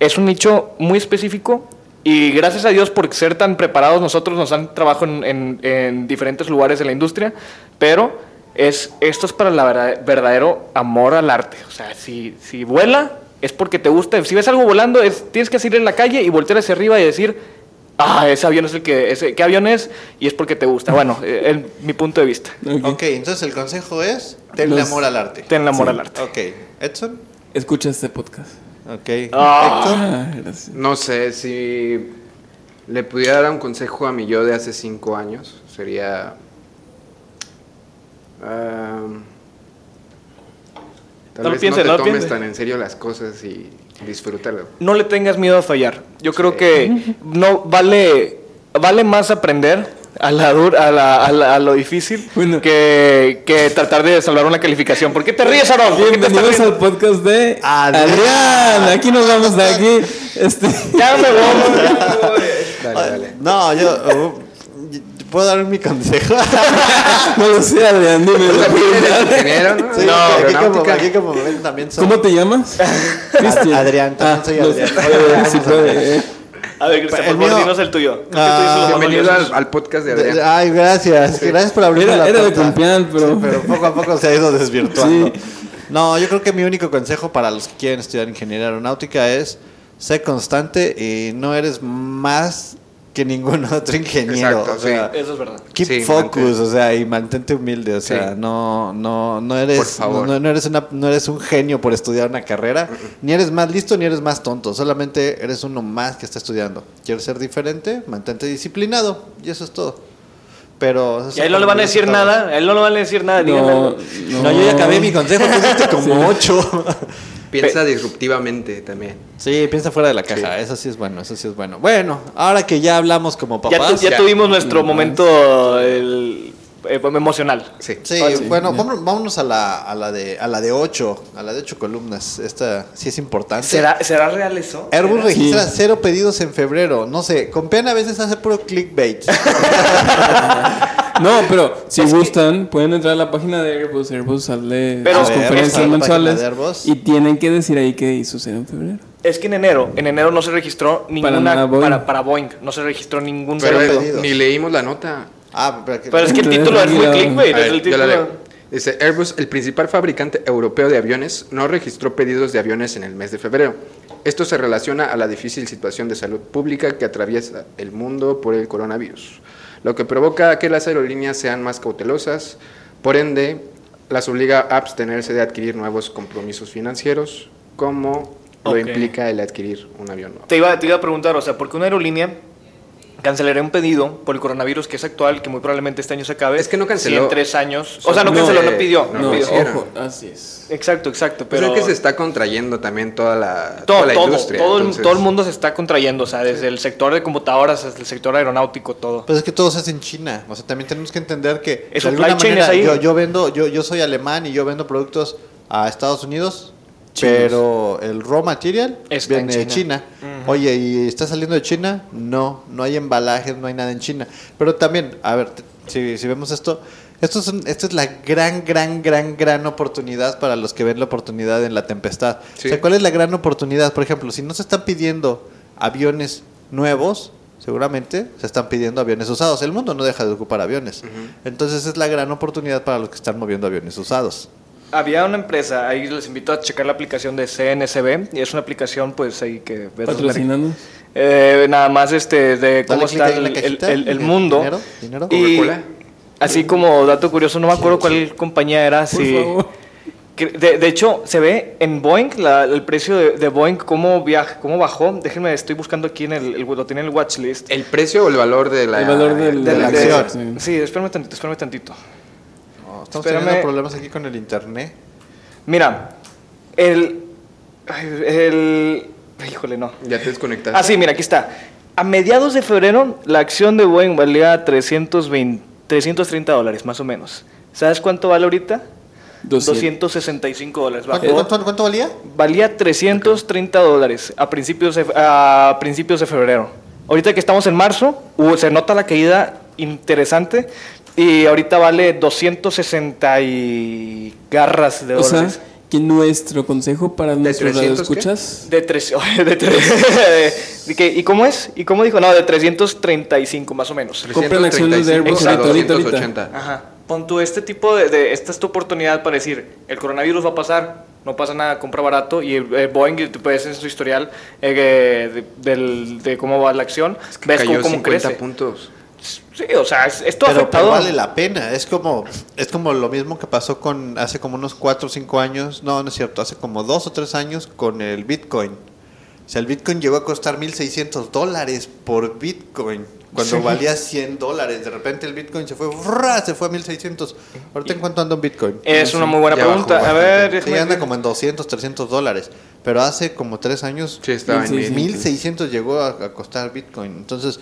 D: es un nicho muy específico Y gracias a Dios por ser tan preparados nosotros, nos dan trabajo en, en- en diferentes lugares de la industria, pero es, esto es para el verdadero amor al arte. O sea, si, si vuela, es porque te gusta. Si ves algo volando, es, tienes que salir en la calle y voltear hacia arriba y decir, ah, ese avión es el que, ese, ¿qué avión es? Y es porque te gusta. Bueno, eh, el- mi punto de vista.
A: Ok.
C: Ok, entonces el consejo es, tenle
A: Los-
C: amor al arte.
D: Ten amor al arte.
C: Ok, Edson.
A: Escucha este podcast.
C: Ok.
D: Ah.
A: Ah, gracias.
B: No sé, si le pudiera dar un consejo a mi yo de hace cinco años, sería... am, tal
D: No lo
B: vez
D: piense,
B: no te
D: no lo
B: tomes
D: piense.
B: tan en serio las cosas y disfrútalo.
D: no le tengas miedo a fallar. Yo creo
B: Sí.
D: que no vale, vale más aprender a, la dur- a, la- a la- a lo difícil
A: Bueno.
D: que, que tratar de salvar una calificación. ¿Por qué te ríes, Aaron? ¿Por qué te estás
A: Bienvenidos
D: riendo?
A: al podcast de
C: Adrián.
A: Adrián. Aquí nos vamos de aquí. Este,
D: Ya me voy, ya me voy.
B: Dale,
C: Ah,
B: dale.
C: No, yo... uh, ¿Puedo dar mi consejo?
A: no lo sé, Adrián, dime.
B: Eres ingeniero, ¿no?
C: Sí,
B: No,
C: aquí, como,
B: aeronáutica.
C: aquí como ven también soy...
A: ¿Cómo te llamas? Cristian. Ah,
C: Adrián, también soy
A: no
C: Adrián.
A: sé. Oye, si puede, eh.
D: A ver, Cristian,
C: El
D: por favor,
C: mío-
D: dinos el tuyo. ¿Qué
C: Ah,
D: tú dices lo más
B: Bienvenido
D: valioso?
B: al, al podcast de
C: De- ah,
B: Adrián.
C: Ay, gracias. Gracias por abrirme
A: Era-
C: la
A: era de
C: puerta.
A: Compián, pero-
C: Sí, pero poco a poco se ha ido desvirtuando.
A: Sí.
C: No, yo creo que mi único consejo para los que quieren estudiar ingeniería aeronáutica es sé constante y no eres más que ningún otro ingeniero.
B: Exacto,
C: o sea,
B: sí.
D: Eso es verdad.
C: Keep
B: Sí,
C: focus,
B: mantén-
C: o sea, y mantente humilde, o sea,
B: Sí.
C: no, no, no eres,
B: Por favor.
C: No, no eres una, no eres un genio por estudiar una carrera, ni eres más listo ni eres más tonto, solamente eres uno más que está estudiando. Quieres ser diferente, mantente disciplinado y eso es todo. Pero esos
D: Y a
C: son
D: él no le
C: como
D: van a
C: mis
D: decir
C: resultados.
D: nada. A él no le van a decir nada. díganle
A: No,
D: algo.
C: No, yo ya acabé mi consejo, tú diste como ocho.
B: Piensa disruptivamente también.
C: sí, piensa fuera de la caja, eso sí es bueno, eso sí es bueno. Bueno, ahora que ya hablamos como
D: Ya, tu-
C: papás.
D: ya
B: Ya.
D: tuvimos nuestro momento el- eh, emocional.
B: Sí.
C: Sí,
A: Ah, sí,
C: bueno,
A: ya.
C: vámonos, vámonos a la, a la de a la de 8, a la de 8 columnas. Esta sí es importante.
D: ¿Será, ¿Será real eso?
C: Airbus
D: ¿Será?
C: registra
A: Sí.
C: cero pedidos en febrero. No sé, con pena a veces hace puro clickbait.
A: No, pero si
D: Es que-
A: gustan, pueden entrar a la página de Airbus. Airbus sale
D: Pero-
A: las
C: vamos
D: A ver,
C: a la
A: conferencias
C: página
A: mensuales
C: de Airbus.
A: y tienen que decir ahí que sucedió en febrero.
D: Es que en enero, en enero no se registró ninguna para
A: nada Boeing.
D: para, Boeing, no se registró ningún
B: Pero
D: cero
C: pedidos.
B: ni leímos la nota.
C: Ah, pero, que-
D: Pero es que el
A: Entonces,
D: título es muy
A: mira,
D: clickbait,
B: A
D: es
B: ver,
D: el
B: yo la
D: título.
B: leo. Dice, Airbus, el principal fabricante europeo de aviones, no registró pedidos de aviones en el mes de febrero. Esto se relaciona a la difícil situación de salud pública que atraviesa el mundo por el coronavirus, lo que provoca que las aerolíneas sean más cautelosas, por ende, las obliga a abstenerse de adquirir nuevos compromisos financieros, como
D: Ok.
B: lo implica el adquirir un avión nuevo.
D: Te iba, te iba a preguntar, o sea, ¿por qué una aerolínea cancelaría un pedido por el coronavirus que es actual, que muy probablemente este año se acabe?
B: Es que no canceló.
D: si en tres años. O
B: Solo
D: sea, no
A: no,
D: canceló, no
B: eh,
D: pidió.
B: no
D: no pidió.
B: hicieron.
A: ojo, así es.
D: Exacto, exacto.
B: Pues
D: Pero
B: es que se está contrayendo también toda la,
D: todo,
B: toda la
D: todo,
B: industria.
D: todo, el-
B: entonces-
D: todo el mundo se está contrayendo, o sea, desde el sector de computadoras hasta el sector aeronáutico, todo.
C: pues es que todo se hace en China. O sea, también tenemos que entender que
D: El
C: de
D: supply
C: alguna
D: chain
C: manera
D: es ahí.
C: yo, yo vendo, yo, yo soy alemán y yo vendo productos a Estados Unidos.
A: Chinos.
C: Pero el raw material
D: Está en
C: viene de China. Oye, ¿y está saliendo de China? No, no hay embalajes, no hay nada en China. Pero también, a ver, t- si, si vemos esto, esto es, un- esto es la gran, gran, gran, gran oportunidad para los que ven la oportunidad en la tempestad.
B: Sí.
C: O sea, ¿cuál es la gran oportunidad? Por ejemplo, si no se están pidiendo aviones nuevos, seguramente se están pidiendo aviones usados. El mundo no deja de ocupar aviones. Entonces es la gran oportunidad para los que están moviendo aviones usados.
D: Había una empresa, ahí les invito a checar la aplicación de CNSB, y es una aplicación pues ahí que...
A: Patrocinando.
D: Eh, nada más este de cómo
C: Dale clic
D: está
C: ahí en
D: el,
C: la
D: el-
C: cajita,
D: el- el
C: de
D: mundo.
C: dinero, dinero.
D: Y
B: Coca-Cola.
D: así como dato curioso, no me acuerdo cuál compañía era.
A: Por
D: si
A: favor.
D: que- De, de hecho, se ve en Boeing, la- el precio de, de Boeing, cómo, viaja, cómo bajó. Déjenme, estoy buscando aquí en el, el- lo tiene en el watch list.
B: ¿El precio o el valor de la,
A: El valor del-
B: de
C: la
D: de-
C: acción.
D: Sí, espérame tantito, espérame tantito.
C: No, estamos
D: Espérame.
C: teniendo problemas aquí con el internet.
D: Mira, el... ay, el híjole, no.
B: Ya te desconectaste.
D: Ah, sí, mira, aquí está. A mediados de febrero, la acción de Boeing valía 320, 330 dólares, más o menos. ¿Sabes cuánto vale ahorita?
A: 200.
D: 265 dólares.
C: ¿Cuánto,
D: Bajó.
C: cuánto- cuánto valía?
D: Valía 330 dólares a principios, de, a principios de febrero. Ahorita que estamos en marzo, hubo- se nota la caída interesante y ahorita vale 260 y garras de
A: O sea,
D: dólares.
A: que nuestro consejo para nuestros
B: 300 qué?
A: radioescuchas
D: De tres, de tres- de que- ¿Y cómo es? ¿Y cómo dijo? No, de 335 más o menos.
A: Compren acciones de Airbus
D: ahorita,
A: ahorita, ahorita.
B: 280.
D: Ajá. Pon tú este tipo de, de- Esta es tu oportunidad para decir: el coronavirus va a pasar, no pasa nada, compra barato. Y el, el Boeing, tú puedes en su historial eh, de, del- de cómo va la acción, Ah, ves
B: Cayó
D: cómo, cómo
B: 50
D: crece.
B: puntos.
D: Sí, o sea, es, es todo
C: Pero, pero
D: afectado.
C: vale la pena. Es como, es como lo mismo que pasó con hace como unos 4 o 5 años. No, no es cierto. Hace como 2 o 3 años con el Bitcoin. O sea, el Bitcoin llegó a costar 1.600 dólares por Bitcoin. Cuando valía 100 dólares. De repente el Bitcoin se fue. ¡fra! Se fue a 1.600. Ahorita en cuánto anda un Bitcoin.
D: Es una muy buena
B: Ya bajó
D: pregunta. A ver,
B: bastante.
C: Sí,
D: déjame
C: anda
D: ver.
C: como en 200, 300 dólares. Pero hace como 3 años
B: Sí, estaba en
A: Sí, sí,
B: mil.
C: 1600 llegó a, a costar Bitcoin. Entonces,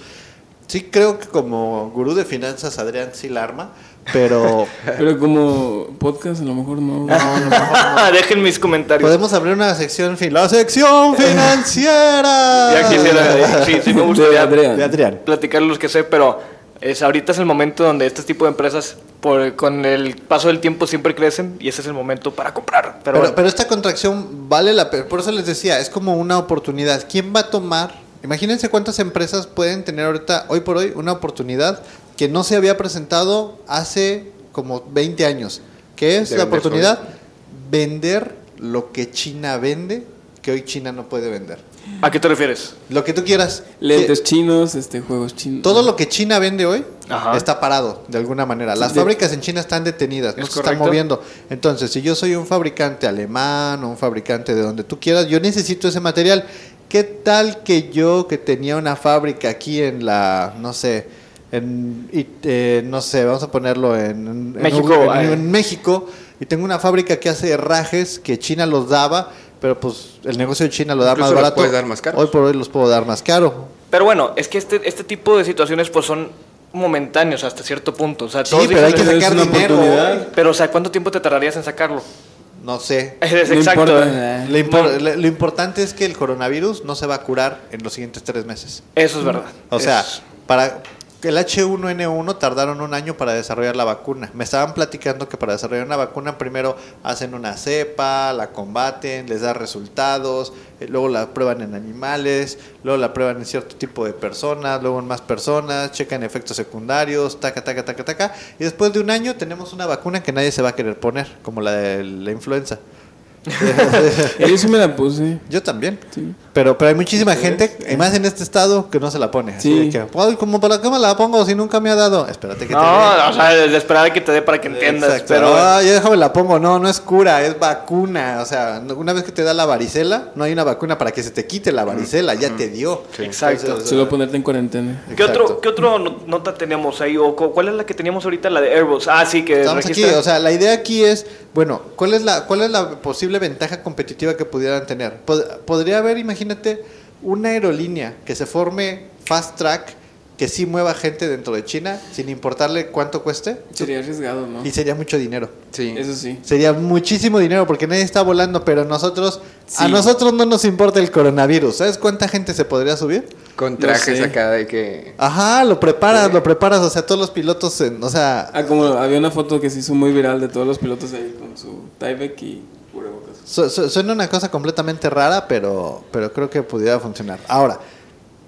C: sí creo que como gurú de finanzas, Adrián sí la arma, pero
A: pero como podcast a lo mejor no
D: Ah, Dejen mis comentarios.
C: podemos abrir una sección, fin- la sección financiera.
D: Ya quisiera, eh, sí, sí me
A: de
D: gustaría
A: Adrián
C: De Adrián.
D: platicar los que sé, pero es, ahorita es el momento donde este tipo de empresas, por, con el paso del tiempo, siempre crecen y ese es el momento para comprar. Pero,
C: Pero,
D: bueno,
C: pero esta contracción vale la pena. Por eso les decía, es como una oportunidad. ¿Quién va a tomar? Imagínense cuántas empresas pueden tener ahorita, hoy por hoy, una oportunidad que no se había presentado hace como 20 años. ¿Qué es
B: De
C: la
B: vender
C: oportunidad? Vender lo que China vende, que hoy China no puede vender.
D: ¿a qué te refieres?
C: Lo que tú quieras.
A: lentes
C: Que-
A: chinos este juegos chinos
C: Todo lo que China vende hoy
D: Ajá.
C: está parado, de alguna manera. Las
A: De-
C: fábricas en China están detenidas, no
D: ¿Es
C: se están
D: correcto?
C: moviendo. Entonces, si yo soy un fabricante alemán o un fabricante de donde tú quieras, yo necesito ese material. ¿Qué tal que yo, que tenía una fábrica aquí en la, no sé, en, y- eh, no sé, vamos a ponerlo en, en- en
D: México,
C: Ugu- en-
D: ay.
C: en México, y tengo una fábrica que hace herrajes que China los daba, pero pues el negocio de China lo da
B: Incluso
C: más
B: los
C: barato.
B: puedes dar más caros.
C: Hoy por hoy los puedo dar más caro.
D: Pero bueno, es que este, este tipo de situaciones pues son momentáneos hasta cierto punto. O sea,
C: Sí,
D: todos
C: pero hay que
D: dicen,
A: es
C: sacar
A: una
C: dinero.
A: oportunidad.
D: pero, o sea, ¿cuánto tiempo te tardarías en sacarlo?
C: No sé.
D: Es
A: Eh, No
D: exacto.
A: importa.
C: Lo, impor-
D: No.
C: le- lo importante es que el coronavirus no se va a curar en los siguientes tres meses.
D: Eso es verdad.
C: Mm, O sea,
D: Es-
C: para el H1N1 tardaron un año para desarrollar la vacuna. Me estaban platicando que para desarrollar una vacuna primero hacen una cepa, la combaten, les da resultados, eh, luego la prueban en animales, luego la prueban en cierto tipo de personas, luego en más personas, checan efectos secundarios, taca, taca, taca, taca. Y después de un año tenemos una vacuna que nadie se va a querer poner, como la de la influenza.
A: yo sí me la puse
C: Yo también.
A: sí.
C: Pero, pero hay muchísima gente, y
D: eh.
C: más en este estado, que no se la pone. Así
A: Sí.
C: de que, "Ay, ¿cómo, ¿Para qué me la pongo si nunca me ha dado? Espérate que
D: no,
C: te dé".
D: o sea, de esperar a que te dé para que entiendas.
C: Exacto.
D: Pero, bueno.
C: "Ay, déjame la pongo. No, no es cura, es vacuna. O sea, no- una vez que te da la varicela, no hay una vacuna para que se te quite la varicela. Ya te dio.
D: Exacto.
C: Entonces,
A: solo ponerte en cuarentena
D: ¿Qué otro,
C: Exacto.
D: ¿Qué otro no- nota teníamos ahí? ¿O cu- cuál es la que teníamos ahorita? La de Airbus. Ah, sí, que
C: Estamos aquí,
D: registra.
C: o sea, la idea aquí es, bueno, ¿cuál es la, cuál es la posible ventaja competitiva que pudieran tener? Pod- podría haber, imagínate, una aerolínea que se forme fast track, que sí mueva gente dentro de China, sin importarle cuánto cueste,
A: sería arriesgado no
C: y sería mucho dinero.
B: Sí.
A: eso sí
C: Sería muchísimo dinero porque nadie está volando, pero nosotros, a
A: Sí.
C: nosotros no nos importa el coronavirus. ¿Sabes cuánta gente se podría subir?
B: Con trajes
A: sé.
B: acá de que.
C: Ajá, lo preparas, lo preparas, o sea, todos los pilotos, en- o sea,
A: ah como había una foto que se hizo muy viral de todos los pilotos ahí con su Tyvek y cubrebocas
C: Su- su- Suena una cosa completamente rara, pero, pero creo que pudiera funcionar. Ahora,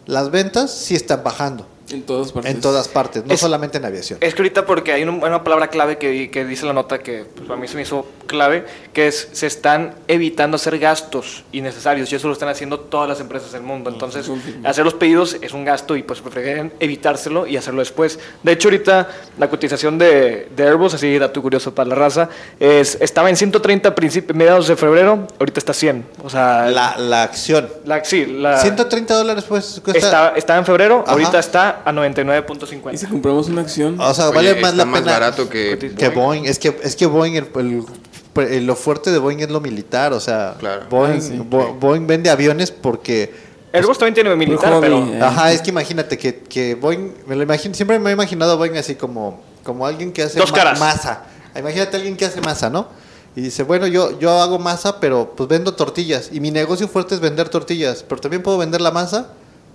C: las ventas sí están bajando
A: en todas
B: Pues
A: partes
C: en todas partes, no
D: Es-
C: solamente en aviación.
D: Es que ahorita porque hay un- una palabra clave que, que dice la nota que pues, a mí se me hizo clave, que es se están evitando hacer gastos innecesarios y eso lo están haciendo todas las empresas del mundo. Entonces,
A: confirmo.
D: hacer los pedidos es un gasto y pues prefieren evitárselo y hacerlo después. De hecho, ahorita la cotización de, de Airbus, así dato curioso para la raza, es, estaba en 130 a principi- mediados de febrero, ahorita está 100. O
B: Ah,
D: sea,
C: La, la acción.
D: la- sí, la...
C: 130 dólares pues cuesta.
D: Está, estaba en febrero,
C: Ajá.
D: ahorita está a
A: y si
D: 99.50.
A: compramos una acción
D: Ah,
C: o sea,
B: Oye,
C: vale
B: está
C: más la
B: más
C: pena
B: barato que.
C: que Boeing. Es que, es que Boeing, el- el- el- lo fuerte de Boeing es lo militar. O sea,
B: Claro.
C: Boeing,
A: Ah, sí.
C: Bo- Boeing vende aviones porque
D: Airbus también tiene militar,
A: hobby,
D: pero...
A: eh.
C: Ajá, es que imagínate que, que Boeing, me lo imagino, siempre me he imaginado a Boeing así como, como alguien que hace
D: Dos caras.
C: masa. Imagínate a alguien que hace masa, ¿no? Y dice, bueno, yo, yo hago masa, pero pues vendo tortillas. Y mi negocio fuerte es vender tortillas, pero también puedo vender la masa.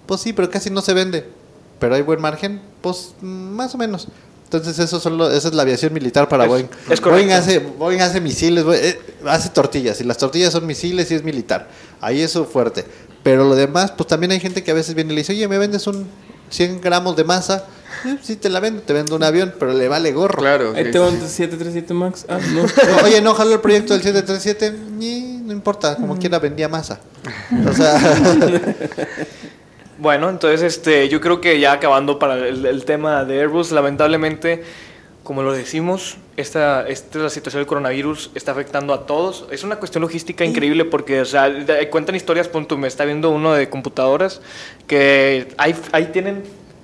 C: Pues sí, pero casi no se vende. Pero hay buen margen, pues mm, más o menos. Entonces eso solo, esa es la aviación militar para
D: Es-
C: Boeing.
D: es correcto.
C: Boeing hace, Boeing hace misiles, Boeing- eh, hace tortillas, y las tortillas son misiles y es militar. Ahí es su fuerte. Pero lo demás, pues también hay gente que a veces viene y le dice, oye, ¿me vendes un 100 gramos de masa? Eh, sí, te la vendo, te vendo un avión, pero le vale gorro.
B: Claro.
A: Ahí
B: sí,
A: tengo
B: sí,
A: un
B: sí.
A: 737 Max. Ah, no.
C: No, Oye, no jaló el proyecto del 737, Ñi, no importa, como quiera vendía masa. O sea,
D: Bueno, entonces este, yo creo que ya acabando para el, el tema de Airbus, lamentablemente, como lo decimos, esta, esta la situación del coronavirus está afectando a todos. Es una cuestión logística increíble porque, o sea, de- cuentan historias, punto, me está viendo uno de computadoras que ahí, ahí tienen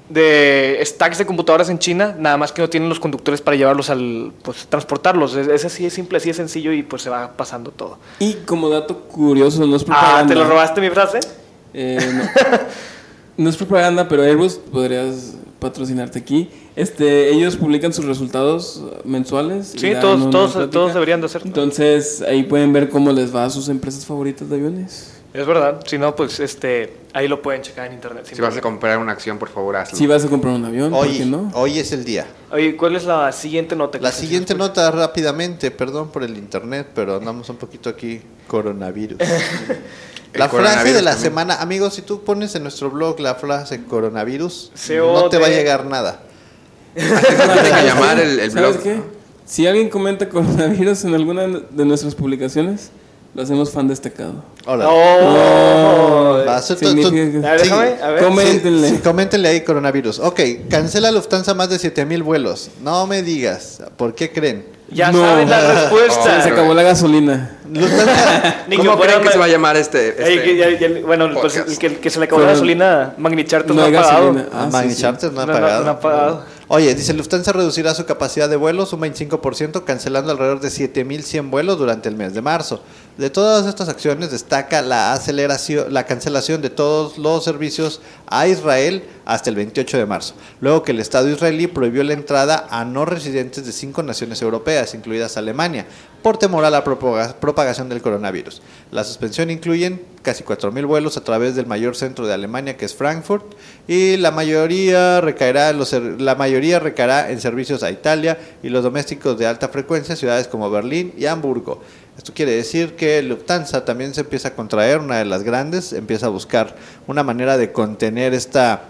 D: de stacks de computadoras en China, nada más que no tienen los conductores para llevarlos al, pues, transportarlos. Es, es así, es simple, así es sencillo y pues se va pasando todo.
A: Y como dato curioso, no es propaganda.
D: Ah, ¿te lo robaste mi frase?
A: Eh, no. No es propaganda, pero Airbus podrías patrocinarte aquí. Este, ellos publican sus resultados mensuales. y
D: Sí,
A: dan
D: todos,
A: una
D: todos,
A: plática.
D: todos deberían de hacerlo.
A: Entonces, ahí pueden ver cómo les va a sus empresas favoritas de aviones.
D: Es verdad, si no, pues este, ahí lo pueden checar en internet. sin
B: Si vas a
D: problema.
B: comprar una acción, por favor, hazlo.
A: Si vas a comprar un avión, ¿por qué
C: hoy,
A: no?
C: hoy es el día.
D: Oye, ¿cuál es la siguiente nota? que
C: La
D: se
C: siguiente
D: escucha?
C: nota rápidamente, perdón por el internet, pero andamos un poquito aquí coronavirus. la
B: El
C: frase de
B: coronavirus
C: la
B: también.
C: semana, amigos, si tú pones en nuestro blog la frase coronavirus,
D: CO
C: no te va a
D: de-
C: llegar nada.
B: Tiene que llamar el, el
A: ¿Sabes
B: blog.
A: qué? Si alguien comenta coronavirus en alguna de nuestras publicaciones, lo hacemos fan destacado.
C: Ahora,
D: Oh,
C: va a ser tu-
A: significa
C: tu-
A: que-
D: A ver,
C: sí,
D: déjame, a ver.
A: Come-
C: sí,
A: Coméntenle.
C: sí, coméntenle ahí coronavirus. Ok, cancela Lufthansa más de 7000 vuelos. No me digas, ¿por qué creen?
D: Ya
A: No.
D: saben la respuesta.
B: Oh,
A: Se acabó la gasolina.
C: Lufthansa,
D: Ni
B: ¿Cómo
D: fuera
B: creen que
D: ma-
B: se va a llamar este? este?
D: Ey, que ya- ya- bueno, pues
B: podcast?
D: el que, el que se le acabó la
A: Pero-
D: gasolina, Magnicharter
A: No
D: no,
A: hay
D: ha
A: gasolina.
D: pagado.
A: Ah,
C: Magni
A: sí, sí.
C: Charter no, ha
D: No, no,
C: pagado.
D: no ha pagado.
C: Oye, dice Lufthansa reducirá su capacidad de vuelos un 25%, cancelando alrededor de 7.100 vuelos durante el mes de marzo. De todas estas acciones destaca la aceleración, la cancelación de todos los servicios a Israel hasta el 28 de marzo, luego que el Estado israelí prohibió la entrada a no residentes de cinco naciones europeas, incluidas Alemania, por temor a la propaga- propagación del coronavirus. La suspensión incluyen casi 4.000 vuelos a través del mayor centro de Alemania, que es Frankfurt, y la mayoría recaerá en los ser- la mayoría recaerá en servicios a Italia y los domésticos de alta frecuencia, ciudades como Berlín y Hamburgo. Esto quiere decir que Lufthansa también se empieza a contraer, una de las grandes, empieza a buscar una manera de contener esta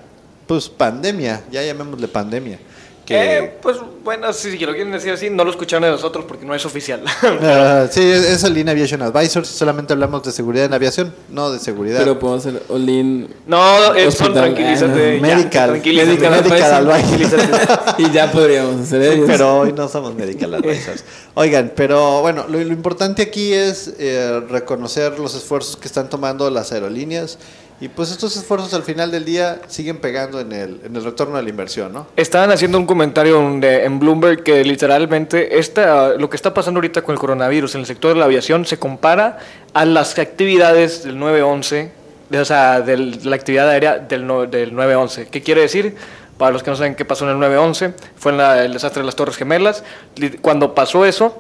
C: pues pandemia, ya llamémosle pandemia. Que,
D: Eh, pues bueno, si si lo quieren decir así, no lo escucharon de nosotros porque no es oficial.
C: Ah, sí, es, es Olin Aviation Advisors. Solamente hablamos de seguridad en aviación, no de seguridad.
A: Pero podemos hacer all-in
D: no, Edson,
A: Hospital, eh,
D: tranquilízate. ya,
C: medical,
D: tranquilízate.
C: medical advisor.
D: tranquilízate.
A: y ya podríamos hacer ellos.
C: Pero hoy no somos medical advisors. Oigan, pero bueno, lo, lo importante aquí es eh, reconocer los esfuerzos que están tomando las aerolíneas. Y pues estos esfuerzos al final del día siguen pegando en el, en el retorno de la inversión, ¿no?
D: Estaban haciendo un comentario donde- en Bloomberg que literalmente esta, lo que está pasando ahorita con el coronavirus en el sector de la aviación se compara a las actividades del 9-11, de- o sea, de la actividad aérea del, no- del 9-11. ¿Qué quiere decir? Para los que no saben qué pasó en el 9-11, fue en la- el desastre de las Torres Gemelas. Li- Cuando pasó eso,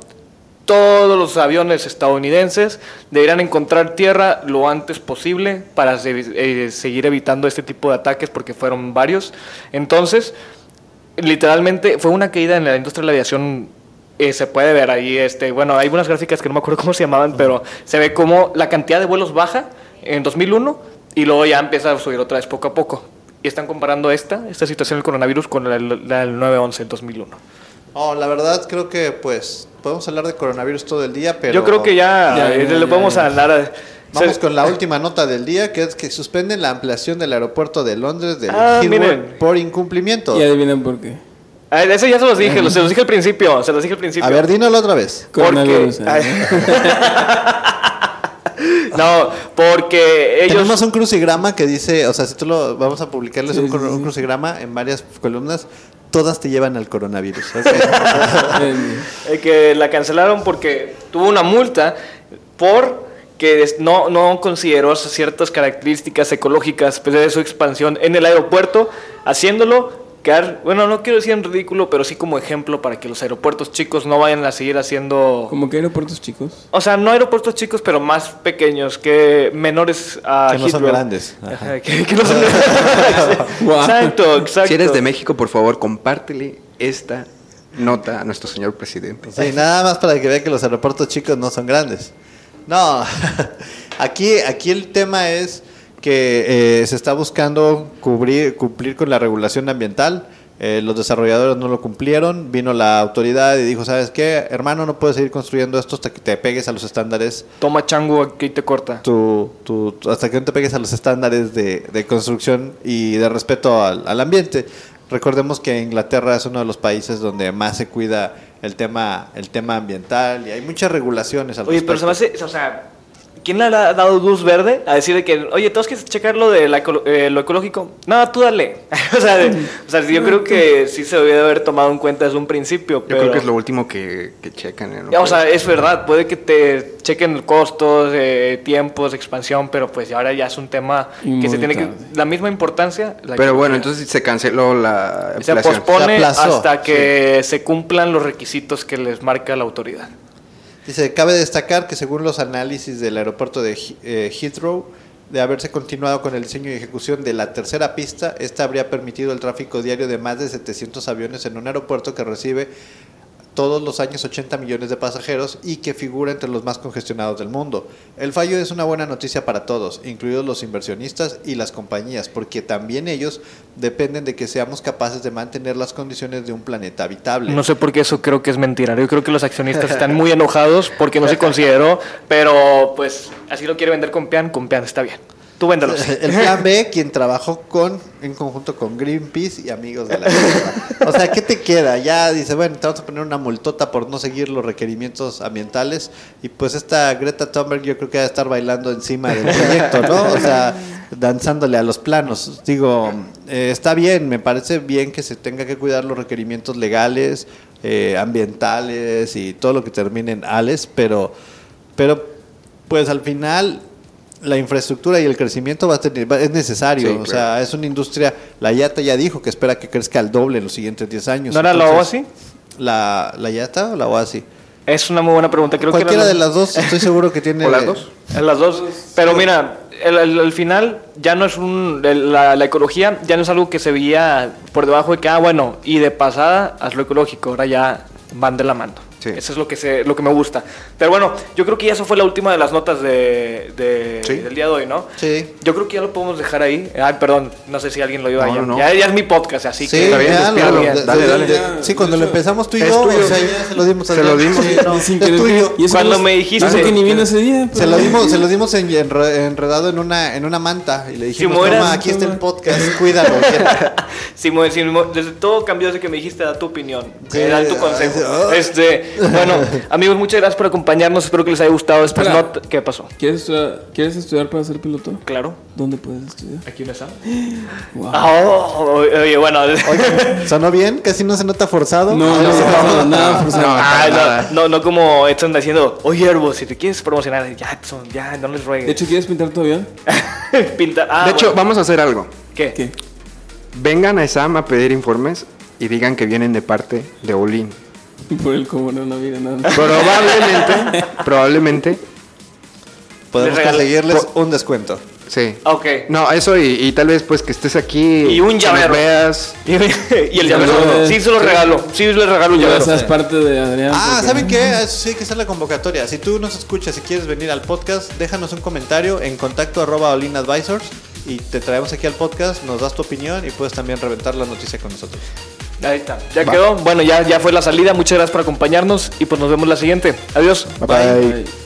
D: todos los aviones estadounidenses deberán encontrar tierra lo antes posible para se- eh, seguir evitando este tipo de ataques porque fueron varios. Entonces, literalmente fue una caída en la industria de la aviación. eh, se puede ver ahí, este, bueno, hay unas gráficas que no me acuerdo cómo se llamaban, pero se ve como la cantidad de vuelos baja en 2001 y luego ya empieza a subir otra vez poco a poco. Y están comparando esta, esta situación del coronavirus con la, la del 9-11 en 2001.
C: Oh, la verdad creo que pues podemos hablar de coronavirus todo el día, pero...
D: Yo creo que ya,
A: Ya,
D: eh,
A: ya,
D: le
A: ya,
D: podemos
A: ya.
D: hablar a-
C: Vamos
D: se-
C: con la última nota del día, que es que suspenden la ampliación del aeropuerto de Londres de
D: Ah,
C: Heathrow
D: miren.
C: por incumplimiento.
A: Y adivinan por qué.
D: A ver, Ah, Eso ya se los dije, lo- se los dije al principio, se los dije al principio.
C: A ver, dínoslo otra vez.
A: Coronavirus.
D: Porque-
A: ¿eh?
D: no, porque ellos...
C: Tenemos un crucigrama que dice, o sea, si tú lo vamos a publicarles
A: Sí,
C: un,
A: sí,
C: cru-
A: sí.
C: un crucigrama en varias columnas, todas te llevan al coronavirus. ¿ok?
A: El-
D: Eh, que la cancelaron porque tuvo una multa por que es- no, no consideró ciertas características ecológicas pues, de su expansión en el aeropuerto, haciéndolo quedar, bueno, no quiero decir en ridículo, pero sí como ejemplo para que los aeropuertos chicos no vayan a seguir haciendo...
A: Como que aeropuertos chicos.
D: O sea, no aeropuertos chicos, pero más pequeños, que menores a
C: Que no son
D: Heathrow.
C: grandes.
D: Ajá, que, que no son grandes.
A: Wow.
D: Exacto, exacto.
B: Si eres de México, por favor, compártele esta nota a nuestro señor presidente.
C: Sí, nada más para que vean que los aeropuertos chicos no son grandes. No, aquí, aquí el tema es que eh, se está buscando cubrir, cumplir con la regulación ambiental. Eh, los desarrolladores no lo cumplieron. Vino la autoridad y dijo, ¿sabes qué? Hermano, no puedes seguir construyendo esto hasta que te pegues a los estándares.
D: Toma chango, aquí te corta.
C: tu- tu- tu- hasta que no te pegues a los estándares de, de construcción y de respeto al, al ambiente. Recordemos que Inglaterra es uno de los países donde más se cuida el tema, el tema ambiental y hay muchas regulaciones al
D: Oye, pero se me
C: respecto.
D: hace, o sea, ¿quién le ha dado luz verde a decir de que, oye, tenemos que checar lo de la eco- eh, lo ecológico? No, tú dale. o, sea, de- o sea, yo creo que sí se debió de haber tomado en cuenta desde un principio.
B: Yo
D: pero,
B: creo que es lo pues. último que, que checan. en un
D: Ya, O sea,
B: país.
D: es verdad, puede que te chequen costos, eh, tiempos, expansión, pero pues ahora ya es un tema
A: Y
D: que se
A: muy
D: tiene que...
A: tarde.
D: La misma importancia... la
B: Pero bueno,
D: ecología.
B: entonces se canceló la
D: Se
B: ampliación.
D: pospone
C: Se aplazó,
D: hasta que se cumplan los requisitos que les marca la autoridad.
C: Dice, cabe destacar que según los análisis del aeropuerto de He- eh, Heathrow, de haberse continuado con el diseño y ejecución de la tercera pista, esta habría permitido el tráfico diario de más de 700 aviones en un aeropuerto que recibe todos los años 80 millones de pasajeros y que figura entre los más congestionados del mundo. El fallo es una buena noticia para todos, incluidos los inversionistas y las compañías, porque también ellos dependen de que seamos capaces de mantener las condiciones de un planeta habitable.
D: No sé por qué eso creo que es mentira. Yo creo que los accionistas están muy enojados porque no se consideró, pero pues así lo quiere vender con Pian, con Pian está bien. Tú véndalos.
C: El plan B, quien trabajó con, en conjunto con Greenpeace y amigos de la Tierra. O sea, ¿qué te queda? Ya dice, bueno, te vamos a poner una multota por no seguir los requerimientos ambientales. Y pues esta Greta Thunberg yo creo que va a estar bailando encima del proyecto, ¿no? O sea, danzándole a los planos. Digo, eh, está bien, me parece bien que se tenga que cuidar los requerimientos legales, eh, ambientales y todo lo que termine en ales, pero, pero pues al final la infraestructura y el crecimiento va a tener, va- es necesario.
B: Sí,
C: O
B: claro.
C: sea, es una industria. La IATA ya dijo que espera que crezca al doble en los siguientes 10 años.
D: ¿No era la
C: Entonces,
D: OASI?
C: ¿La, la IATA o la OASI?
D: Es una muy buena pregunta. Creo
C: Cualquiera
D: que
C: de las dos, estoy seguro que tiene.
B: ¿O las dos?
D: las dos. Pero mira, el, el- el final ya no es un. el- la, la ecología ya no es algo que se veía por debajo de que, ah, bueno, y de pasada haz lo ecológico. Ahora ya van de la mano.
B: Sí.
D: Eso es lo que, se, lo que me gusta. Pero bueno, yo creo que ya eso fue la última de las notas de, de-
B: Sí.
D: del día de hoy, ¿no?
C: Sí.
D: Yo creo que ya lo podemos dejar ahí. Ay, perdón, no sé si alguien lo iba
B: No,
D: ya.
B: no, no.
D: Ya, ya es mi podcast, así
C: Sí,
D: que.
B: está bien,
C: ya,
B: despiértalo.
C: lo-
D: Ya.
C: de-
B: Dale,
C: de-
B: dale.
C: de- sí, cuando lo empezamos tú y
B: Es
C: yo,
B: tuyo.
C: o sea, ya se lo dimos. al-
B: Se lo dimos.
C: Sí, no,
A: Y sin
C: es
A: querer-
C: tuyo.
A: y eso
D: Cuando
A: no-
D: me dijiste-
A: Eso que ni vino ese día.
C: Se lo dimos, se lo dimos en- enre- enredado en una, en una manta y le dijimos,
D: Si mueras-
C: "Toma, aquí está el podcast, cuídalo. quiéralo".
D: Sí, muy- sí, muy- desde todo cambió desde que me dijiste da tu opinión,
C: Sí,
D: eh, da tu
C: ay,
D: consejo.
C: oh.
D: Este, bueno, amigos, muchas gracias por acompañarnos. Espero que les haya gustado. Espero
A: Espera.
D: no- ¿Qué pasó?
A: ¿Quieres estudiar, ¿Quieres estudiar para ser piloto?
D: Claro.
A: ¿Dónde puedes estudiar?
D: Aquí no está.
A: Wow.
D: Ah, oh, oye, bueno.
C: ¿Sonó bien? ¿Casi no se nota forzado?
A: No, no, no, no, nada forzado.
B: No,
D: Ah,
B: para
D: no,
B: nada.
D: no, no como están diciendo, oye, Herbo, si te quieres promocionar, ya, Edson, ya, no les ruegues.
A: De hecho, ¿quieres pintar tu avión?
D: Pinta- ah,
B: de hecho,
D: bueno.
B: vamos a hacer algo.
D: ¿Qué?
A: ¿Qué?
B: Vengan a ESAM a pedir informes y digan que vienen de parte de Olin.
A: Por el coronavirus, nada más.
B: Probablemente, probablemente,
C: Podemos
D: Les regalo-
C: conseguirles un descuento.
B: sí.
D: Ah, Ok.
B: No, eso y, y tal vez pues que estés aquí.
D: Y un
B: que nos
D: llavero.
B: veas.
D: Y, el
A: Ya
D: llavero.
A: lo-
D: Sí, se los regalo. Sí, les regalo un
A: Ya
D: llavero.
A: seas parte de Adrián.
C: Ah,
A: porque-
C: ¿saben qué? A Eso sí hay que hacer la convocatoria. Si tú nos escuchas y quieres venir al podcast, déjanos un comentario en contacto arroba Olin Advisors y te traemos aquí al podcast, nos das tu opinión y puedes también reventar la noticia con nosotros.
D: Ahí está. Ya quedó. Bueno, ya, ya fue la salida. Muchas gracias por acompañarnos y pues nos vemos la siguiente. Adiós.
B: Bye.
A: Ay.